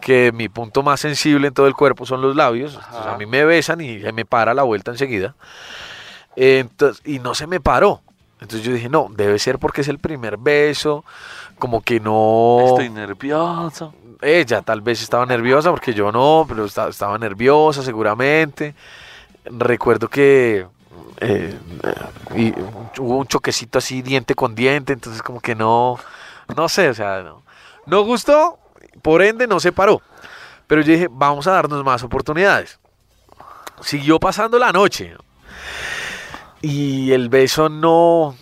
que mi punto más sensible en todo el cuerpo son los labios. Entonces, Ajá. a mí me besan y se me para la vuelta enseguida. Eh, entonces- y no se me paró. Entonces yo dije, no, debe ser porque es el primer beso, como que no... Estoy nervioso. Ella tal vez estaba nerviosa porque yo no, pero esta- estaba nerviosa seguramente. Recuerdo que eh, y hubo un choquecito así diente con diente, entonces como que no, no sé, o sea, no, no gustó, por ende no se paró. Pero yo dije, vamos a darnos más oportunidades. Siguió pasando la noche y el beso no,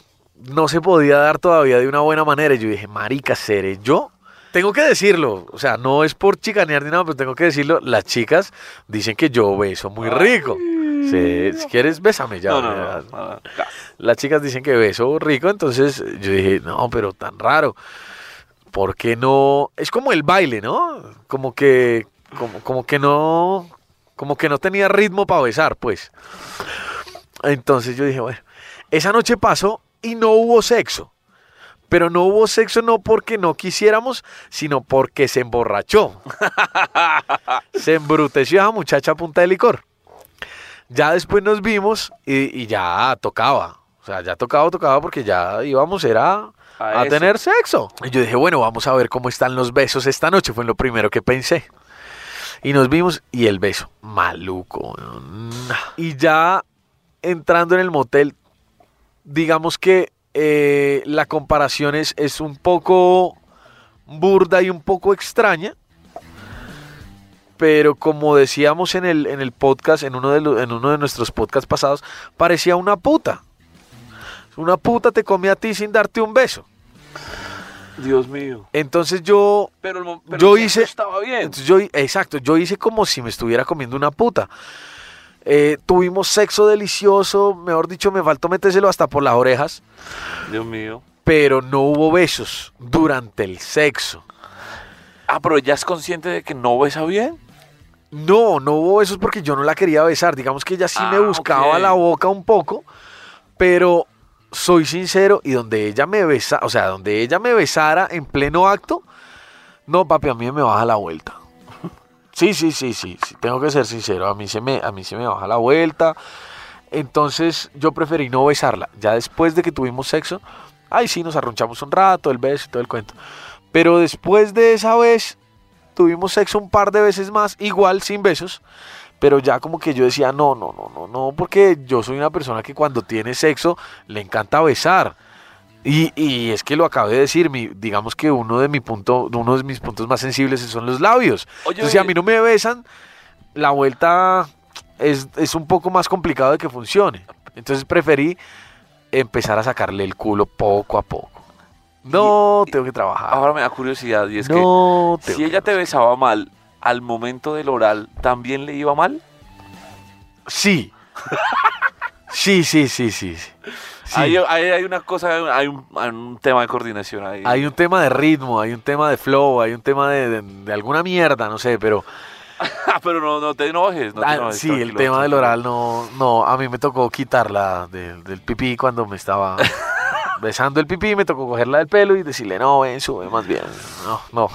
no se podía dar todavía de una buena manera. Y Yo dije, marica, seré yo. Tengo que decirlo, o sea, no es por chicanear ni nada, pero tengo que decirlo, las chicas dicen que yo beso muy rico. Sí, si quieres, bésame ya. No, no, ya. no, no, no, ya. Las chicas dicen que beso rico, entonces yo dije, no, pero tan raro. ¿Por qué no? Es como el baile, ¿no? Como que, como, como que no, como que no tenía ritmo para besar, pues. Entonces yo dije, bueno, esa noche pasó y no hubo sexo. Pero no hubo sexo no porque no quisiéramos, sino porque se emborrachó. se embruteció esa muchacha a punta de licor. Ya después nos vimos y, y ya tocaba. O sea, ya tocaba, tocaba porque ya íbamos, era A a, eso. tener sexo. Y yo dije, bueno, vamos a ver cómo están los besos esta noche. Fue lo primero que pensé. Y nos vimos y el beso, maluco. weón. Y ya entrando en el motel, digamos que eh, la comparación es, es un poco burda y un poco extraña. Pero como decíamos en el, en el podcast, en uno, de lo- en uno de nuestros podcasts pasados, parecía una puta. Una puta te come a ti sin darte un beso. Dios mío. Entonces yo Pero, el mo- pero Yo el sexo hice- Estaba bien. Entonces yo, exacto, yo hice como si me estuviera comiendo una puta. Eh, tuvimos sexo delicioso, mejor dicho, me faltó metérselo hasta por las orejas, Dios mío. pero no hubo besos durante el sexo. Ah, pero ya es consciente de que no besa bien. No, no hubo besos porque yo no la quería besar. Digamos que ella sí me Ah, buscaba ok. la boca un poco, pero soy sincero y donde ella me besa, o sea, donde ella me besara en pleno acto, no, papi, a mí me baja la vuelta. Sí, sí, sí, sí, sí, tengo que ser sincero, a mí se me a mí se me baja la vuelta. Entonces, yo preferí no besarla. Ya después de que tuvimos sexo, ahí sí nos arrunchamos un rato, el beso y todo el cuento. Pero después de esa vez tuvimos sexo un par de veces más, igual sin besos, pero ya como que yo decía, no, no, no, no, no, porque yo soy una persona que cuando tiene sexo le encanta besar. Y, y es que lo acabé de decir, mi, digamos que uno de, mi punto, uno de mis puntos más sensibles son los labios. Oye, Entonces, si a oye. mí no me besan, la vuelta es, es un poco más complicado de que funcione. Entonces preferí empezar a sacarle el culo poco a poco. No, tengo que trabajar. Ahora me da curiosidad y es Ah. no, que tengo que si ella te besaba mal al momento del oral, ¿también le iba mal? Sí. Sí, sí, sí, sí. sí. Sí. Ahí- ahí hay, una cosa, hay un, hay un tema de coordinación ahí. Hay un tema de ritmo, hay un tema de flow, hay un tema de, de- de alguna mierda, no sé, pero Ah, pero no, no te enojes. No te Ah, enojes, sí, el tranquilo, tema del tranquilo. oral no, no, a mí me tocó quitarla del, del pipí cuando me estaba besando el pipí, me tocó cogerla del pelo y decirle, no, ven, sube más bien. No, no,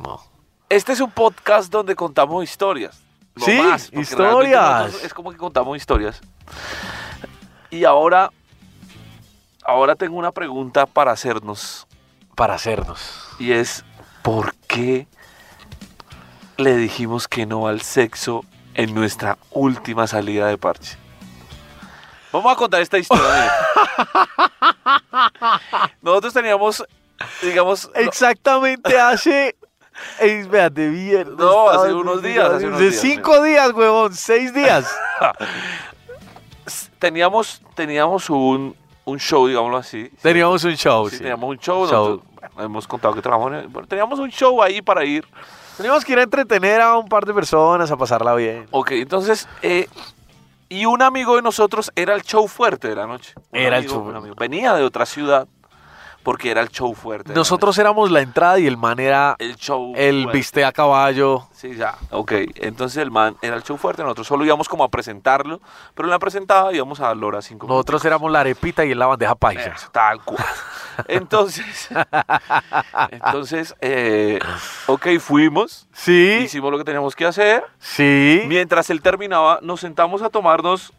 no. Este es un podcast donde contamos historias. No Sí, más, porque historias. realmente nosotros Es como que contamos historias. Y ahora, ahora tengo una pregunta para hacernos. Para hacernos. Y es, ¿por qué le dijimos que no al sexo en nuestra última salida de parche? Vamos a contar esta historia. miren. Nosotros teníamos, digamos, no- Exactamente hace... Espérate, bien. No, hace unos días, hace unos de días, cinco días, huevón, seis días. teníamos, teníamos un, un show, digámoslo así. Teníamos un show. Oh, Sí, sí. teníamos un show. Show. nosotros- bueno, hemos contado que trabajamos. en- bueno, teníamos un show ahí para ir. Teníamos que ir a entretener a un par de personas, a pasarla bien. Ok, entonces. eh, y un amigo de nosotros era el show fuerte de la noche. Un Era el amigo- show. un amigo. Venía de otra ciudad porque era el show fuerte. de la Nosotros éramos la entrada y el man era noche. El show. el fuerte. viste a caballo. Sí, ya. Ok, entonces el man era el show fuerte. Nosotros solo íbamos como a presentarlo. Pero en la presentada íbamos a Lora 5. Nosotros éramos la arepita y él la bandeja paisa. Eso, tal cual. Entonces, entonces, eh, ok, fuimos, Sí, hicimos lo que teníamos que hacer. sí. Mientras él terminaba, nos sentamos a tomarnos.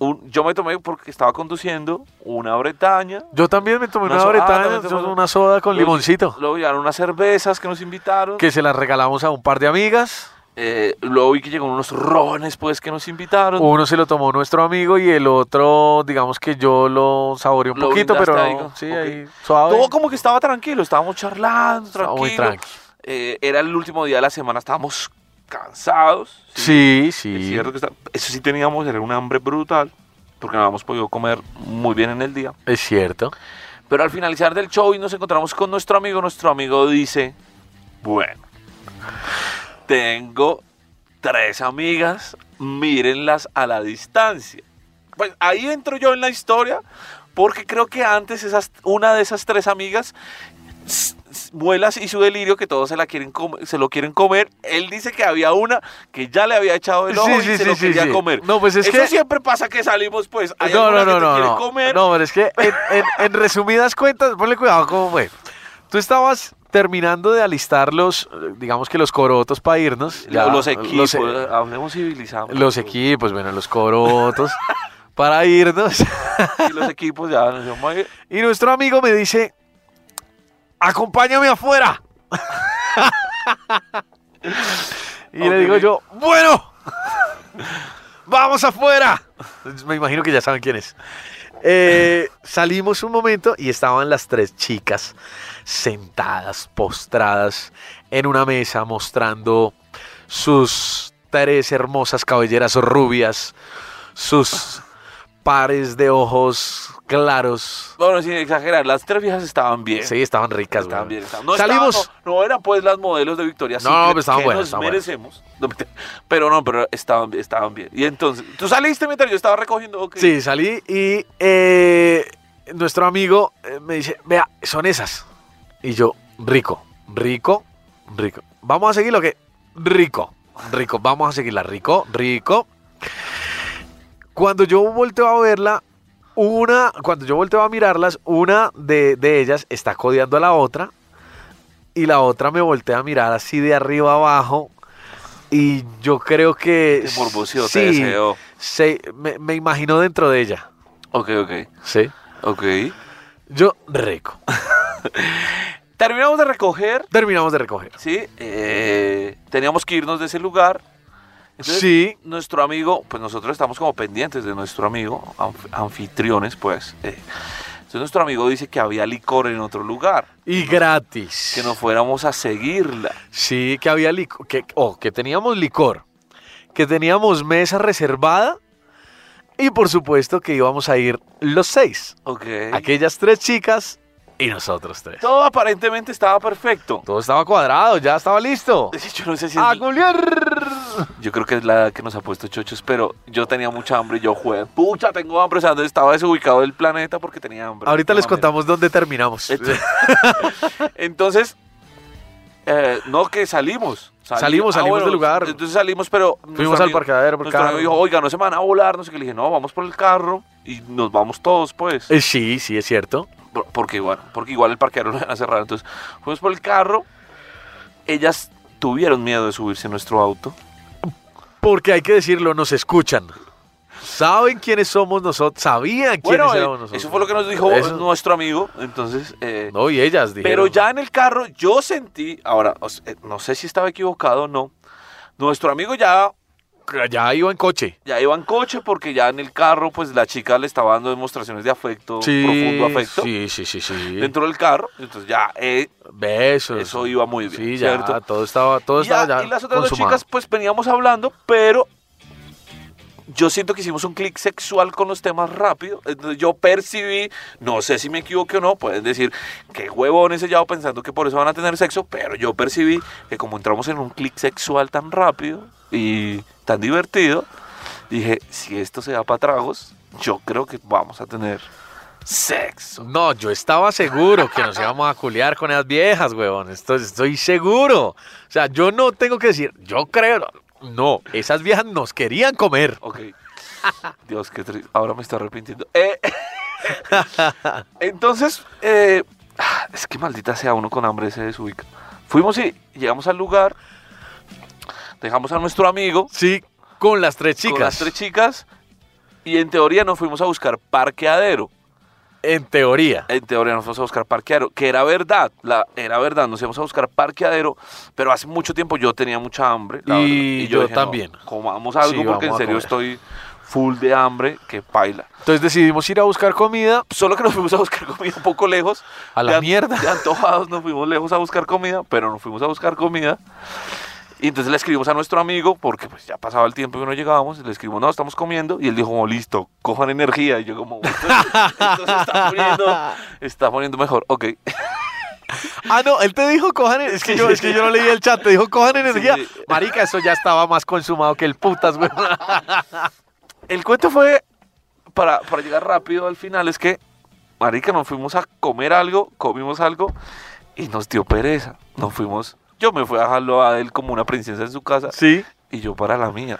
un- yo me tomé porque estaba conduciendo una Bretaña. Yo también me tomé Una ah, una soda, bretaña, también te yo tomas- una soda con Luego- limoncito, Luego llegaron unas cervezas que nos invitaron. que se las regalamos a un par de amigas. Eh, luego vi que llegaron unos rones, pues, que nos invitaron. Uno se lo tomó nuestro amigo y el otro, digamos que yo lo saboreé un Lo poquito, pero brindaste no, ahí, sí, ok. ahí suave. Todo como que estaba tranquilo, estábamos charlando, Estaba tranquilo. muy tranqui. Eh, era el último día de la semana, estábamos cansados. Sí, Es sí. cierto que está- eso sí teníamos, era un hambre brutal, porque no habíamos podido comer muy bien en el día. Es cierto. Pero al finalizar del show y nos encontramos con nuestro amigo, nuestro amigo dice, bueno, tengo tres amigas mírenlas a la distancia. Pues ahí entro yo en la historia, porque creo que antes esas, una de esas tres amigas, s- s- Muelas y su delirio, que todos se, la quieren com- se lo quieren comer, él dice que había una que ya le había echado el ojo Sí, y sí, se sí, lo sí, quería sí. comer. No, pues es Eso que- siempre pasa que salimos, pues, hay No, no, alguna no, que te no, quiere no. comer. No, pero es que en, en- en resumidas cuentas, ponle cuidado cómo fue. Tú estabas terminando de alistar los, eh, digamos que los corotos para irnos. ya, los equipos, eh, hablemos civilizados. los equipos, bueno, los corotos para irnos. Y los equipos ya nos vamos a ir. Y nuestro amigo me dice, acompáñame afuera. y Ok, le digo bien. yo, bueno, vamos afuera. Me imagino que ya saben quién es. Eh, salimos un momento y estaban las tres chicas sentadas, postradas en una mesa mostrando sus tres hermosas cabelleras rubias, sus pares de ojos claros, Bueno, sin exagerar, las tres viejas estaban bien. Sí, estaban ricas, Estaban güey. bien, estaban- No Salimos. estaban- no, no eran pues las modelos de Victoria No, Secret pero estaban que buenas, nos estaban buenas. merecemos. No, mentira. pero no, pero estaban, estaban bien. Y entonces, tú saliste mientras yo estaba recogiendo. ok. Sí, salí y eh, nuestro amigo eh, me dice, vea, son esas. Y yo, rico, rico, rico. Vamos a seguir lo que... Rico, rico, vamos a seguirla, rico, rico. Cuando yo volteo a verla, una, cuando yo volteo a mirarlas, una de, de ellas está codeando a la otra y la otra me voltea a mirar así de arriba abajo y yo creo que... Te morboció, sí, te deseó. se, me, me imagino dentro de ella. Ok, ok, Sí. ok. Yo, rico. Terminamos de recoger, Terminamos de recoger. ¿sí? Eh, teníamos que irnos de ese lugar. Entonces, Sí. Nuestro amigo, pues nosotros estamos como pendientes de nuestro amigo, anf- anfitriones, pues. eh. Entonces nuestro amigo dice que había licor en otro lugar, Y gratis. que nos fuéramos a seguirla. Sí, que había licor. Que, oh, que teníamos licor. Que teníamos mesa reservada. Y por supuesto que íbamos a ir los seis. Ok. Aquellas tres chicas y nosotros tres. Todo aparentemente estaba perfecto. Todo estaba cuadrado, ya estaba listo. Yo no sé si es- ¡A culiar! yo creo que es la edad que nos ha puesto Chochos, pero yo tenía mucha hambre y yo jugué. Pucha, tengo hambre, o sea, estaba desubicado del planeta porque tenía hambre. Ahorita De les alguna contamos dónde terminamos. manera. Entonces, entonces, eh, no que salimos. Sali- Salimos, salimos del lugar. Entonces salimos, pero nuestro Fuimos al amigo- parqueadero por nuestro carro. amigo dijo, oiga, no se me van a volar, no sé qué. Le dije, no, vamos por el carro y nos vamos todos, pues. Eh, sí, sí, es cierto. Por- porque igual, porque igual el parqueadero lo van a cerrar. Entonces, fuimos por el carro. Ellas tuvieron miedo de subirse a nuestro auto. Porque hay que decirlo, nos escuchan. Saben quiénes somos nosotros, sabían quiénes Bueno, eh, éramos nosotros. eso fue lo que nos dijo Eso- nuestro amigo. Entonces, eh, No, y ellas dijeron. pero ya en el carro yo sentí, ahora, o sea, eh, no sé si estaba equivocado o no. Nuestro amigo ya, Ya iba en coche. ya iba en coche porque ya en el carro, pues la chica le estaba dando demostraciones de afecto, profundo afecto. Sí, sí, sí, sí. Dentro del carro, entonces ya eh, Besos. eso iba muy bien. Sí, ya, ¿cierto? todo estaba, todo y, ya- estaba ya y las otras dos consumado. chicas, pues veníamos hablando, pero yo siento que hicimos un clic sexual con los temas rápido. Entonces yo percibí, no sé si me equivoqué o no, pueden decir que huevones he llevado pensando que por eso van a tener sexo, pero yo percibí que como entramos en un clic sexual tan rápido y tan divertido, dije, si esto se da para tragos, yo creo que vamos a tener sexo. No, yo estaba seguro que nos íbamos a culiar con esas viejas, huevón. Estoy, estoy seguro. O sea, yo no tengo que decir, yo creo. No, esas viejas nos querían comer. Ok. Dios, qué triste. Ahora me está arrepintiendo. Eh, Entonces, eh, ah, es que maldita sea uno con hambre se desubica. Fuimos y llegamos al lugar. Dejamos a nuestro amigo Sí, con las tres chicas. con las tres chicas. Y en teoría nos fuimos a buscar parqueadero. en teoría. En teoría nos fuimos a buscar parqueadero, que era verdad, la, era verdad, nos íbamos a buscar parqueadero, pero hace mucho tiempo yo tenía mucha hambre. la Y verdad, yo dije, no, también. comamos algo Sí, porque en vamos a serio comer. estoy full de hambre, que paila. Entonces decidimos ir a buscar comida. Solo que nos fuimos a buscar comida un poco lejos. A la de an- mierda. De antojados nos fuimos lejos a buscar comida, pero nos fuimos a buscar comida. Y entonces le escribimos a nuestro amigo, porque pues ya pasaba el tiempo y no llegábamos, y le escribimos, no, estamos comiendo, y él dijo, como, listo, cojan energía. Y yo como, esto, esto se está poniendo, está poniendo mejor, ok. Ah, no, él te dijo cojan. en- Es que, yo, es que yo no leí el chat. Te dijo cojan energía. sí. Marica, eso ya estaba más consumado que el putas, güey. El cuento fue, para, para llegar rápido al final, es que, marica, nos fuimos a comer algo, comimos algo, y nos dio pereza. Nos fuimos, yo me fui a dejarlo a él como una princesa en su casa, Sí. y yo para la mía.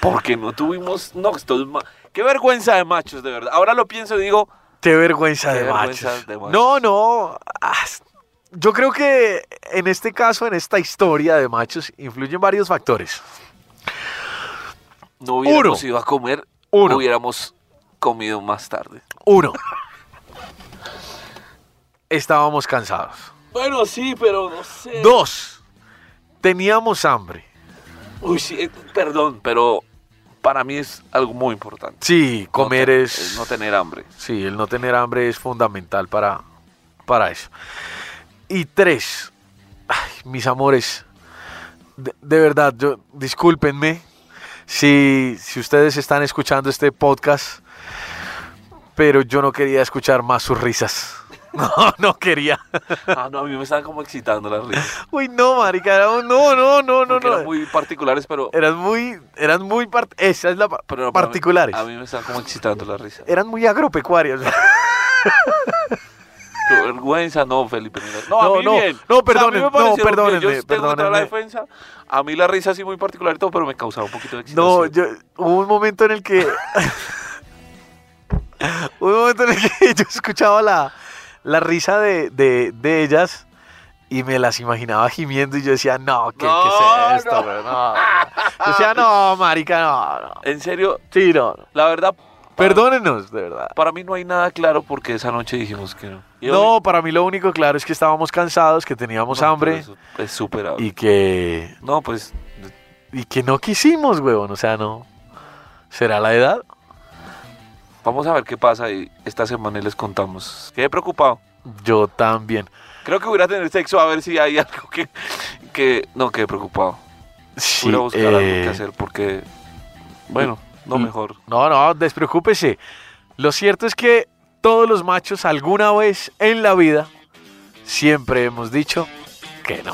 Porque no tuvimos, no, estos ma- qué vergüenza de machos, de verdad. Ahora lo pienso y digo, Qué vergüenza, Qué de, vergüenza machos. de machos. No, no. ah, Yo creo que en este caso, en esta historia de machos, influyen varios factores. no hubiéramos Uno. ido a comer, Uno. hubiéramos comido más tarde. Uno. Estábamos cansados. Bueno, sí, pero no sé. Dos. Teníamos hambre. Uy, sí, eh, perdón, pero para mí es algo muy importante. Sí, comer No te- es... No tener hambre. Sí, el no tener hambre es fundamental para, para eso. Y tres, ay, mis amores, de, de verdad, yo, discúlpenme si, si ustedes están escuchando este podcast, pero yo no quería escuchar más sus risas. No, no quería. Ah, no, a mí me estaban como excitando las risas. Uy, no, marica, era un- no, no, no, no, porque no. Eh, eran muy particulares, pero... Eran muy, eran muy part- esa es la pa- pero para mí- particulares. A mí, me estaban como excitando las risas. Eran muy agropecuarias. Qué vergüenza, no, Felipe. mira. No, No, a mí no, bien. no, O sea, a mí perdonen, me pareció no, bien. perdónenme, Yo tengo que entrar a la perdónenme. defensa. A mí la risa sí muy particular y todo, pero me causaba un poquito de excitación. No, yo, hubo un momento en el que. hubo un momento en el que yo escuchaba la, la risa de, de- de ellas y me las imaginaba gimiendo y yo decía, no, ¿qué, No, qué es esto, no. bro? No. Yo decía, no, marica, no, no. En serio, Sí, no, no. la verdad... para- Perdónenos, de verdad. Para mí no hay nada claro porque esa noche dijimos que no. Y hoy- No, para mí lo único claro es que estábamos cansados, que teníamos no, hambre pero eso Es superable. y que, No, pues y que no quisimos, huevón. O sea, no. ¿Será la edad? vamos a ver qué pasa y esta semana les contamos. Quedé preocupado. Yo también. Creo que voy a ir a tener sexo a ver si hay algo que... que no, quedé preocupado. Sí, Voy a ir a buscar algo eh, que hacer porque... Bueno, no Mm. mejor. No, no, despreocúpese. Lo cierto es que todos los machos alguna vez en la vida siempre hemos dicho que no.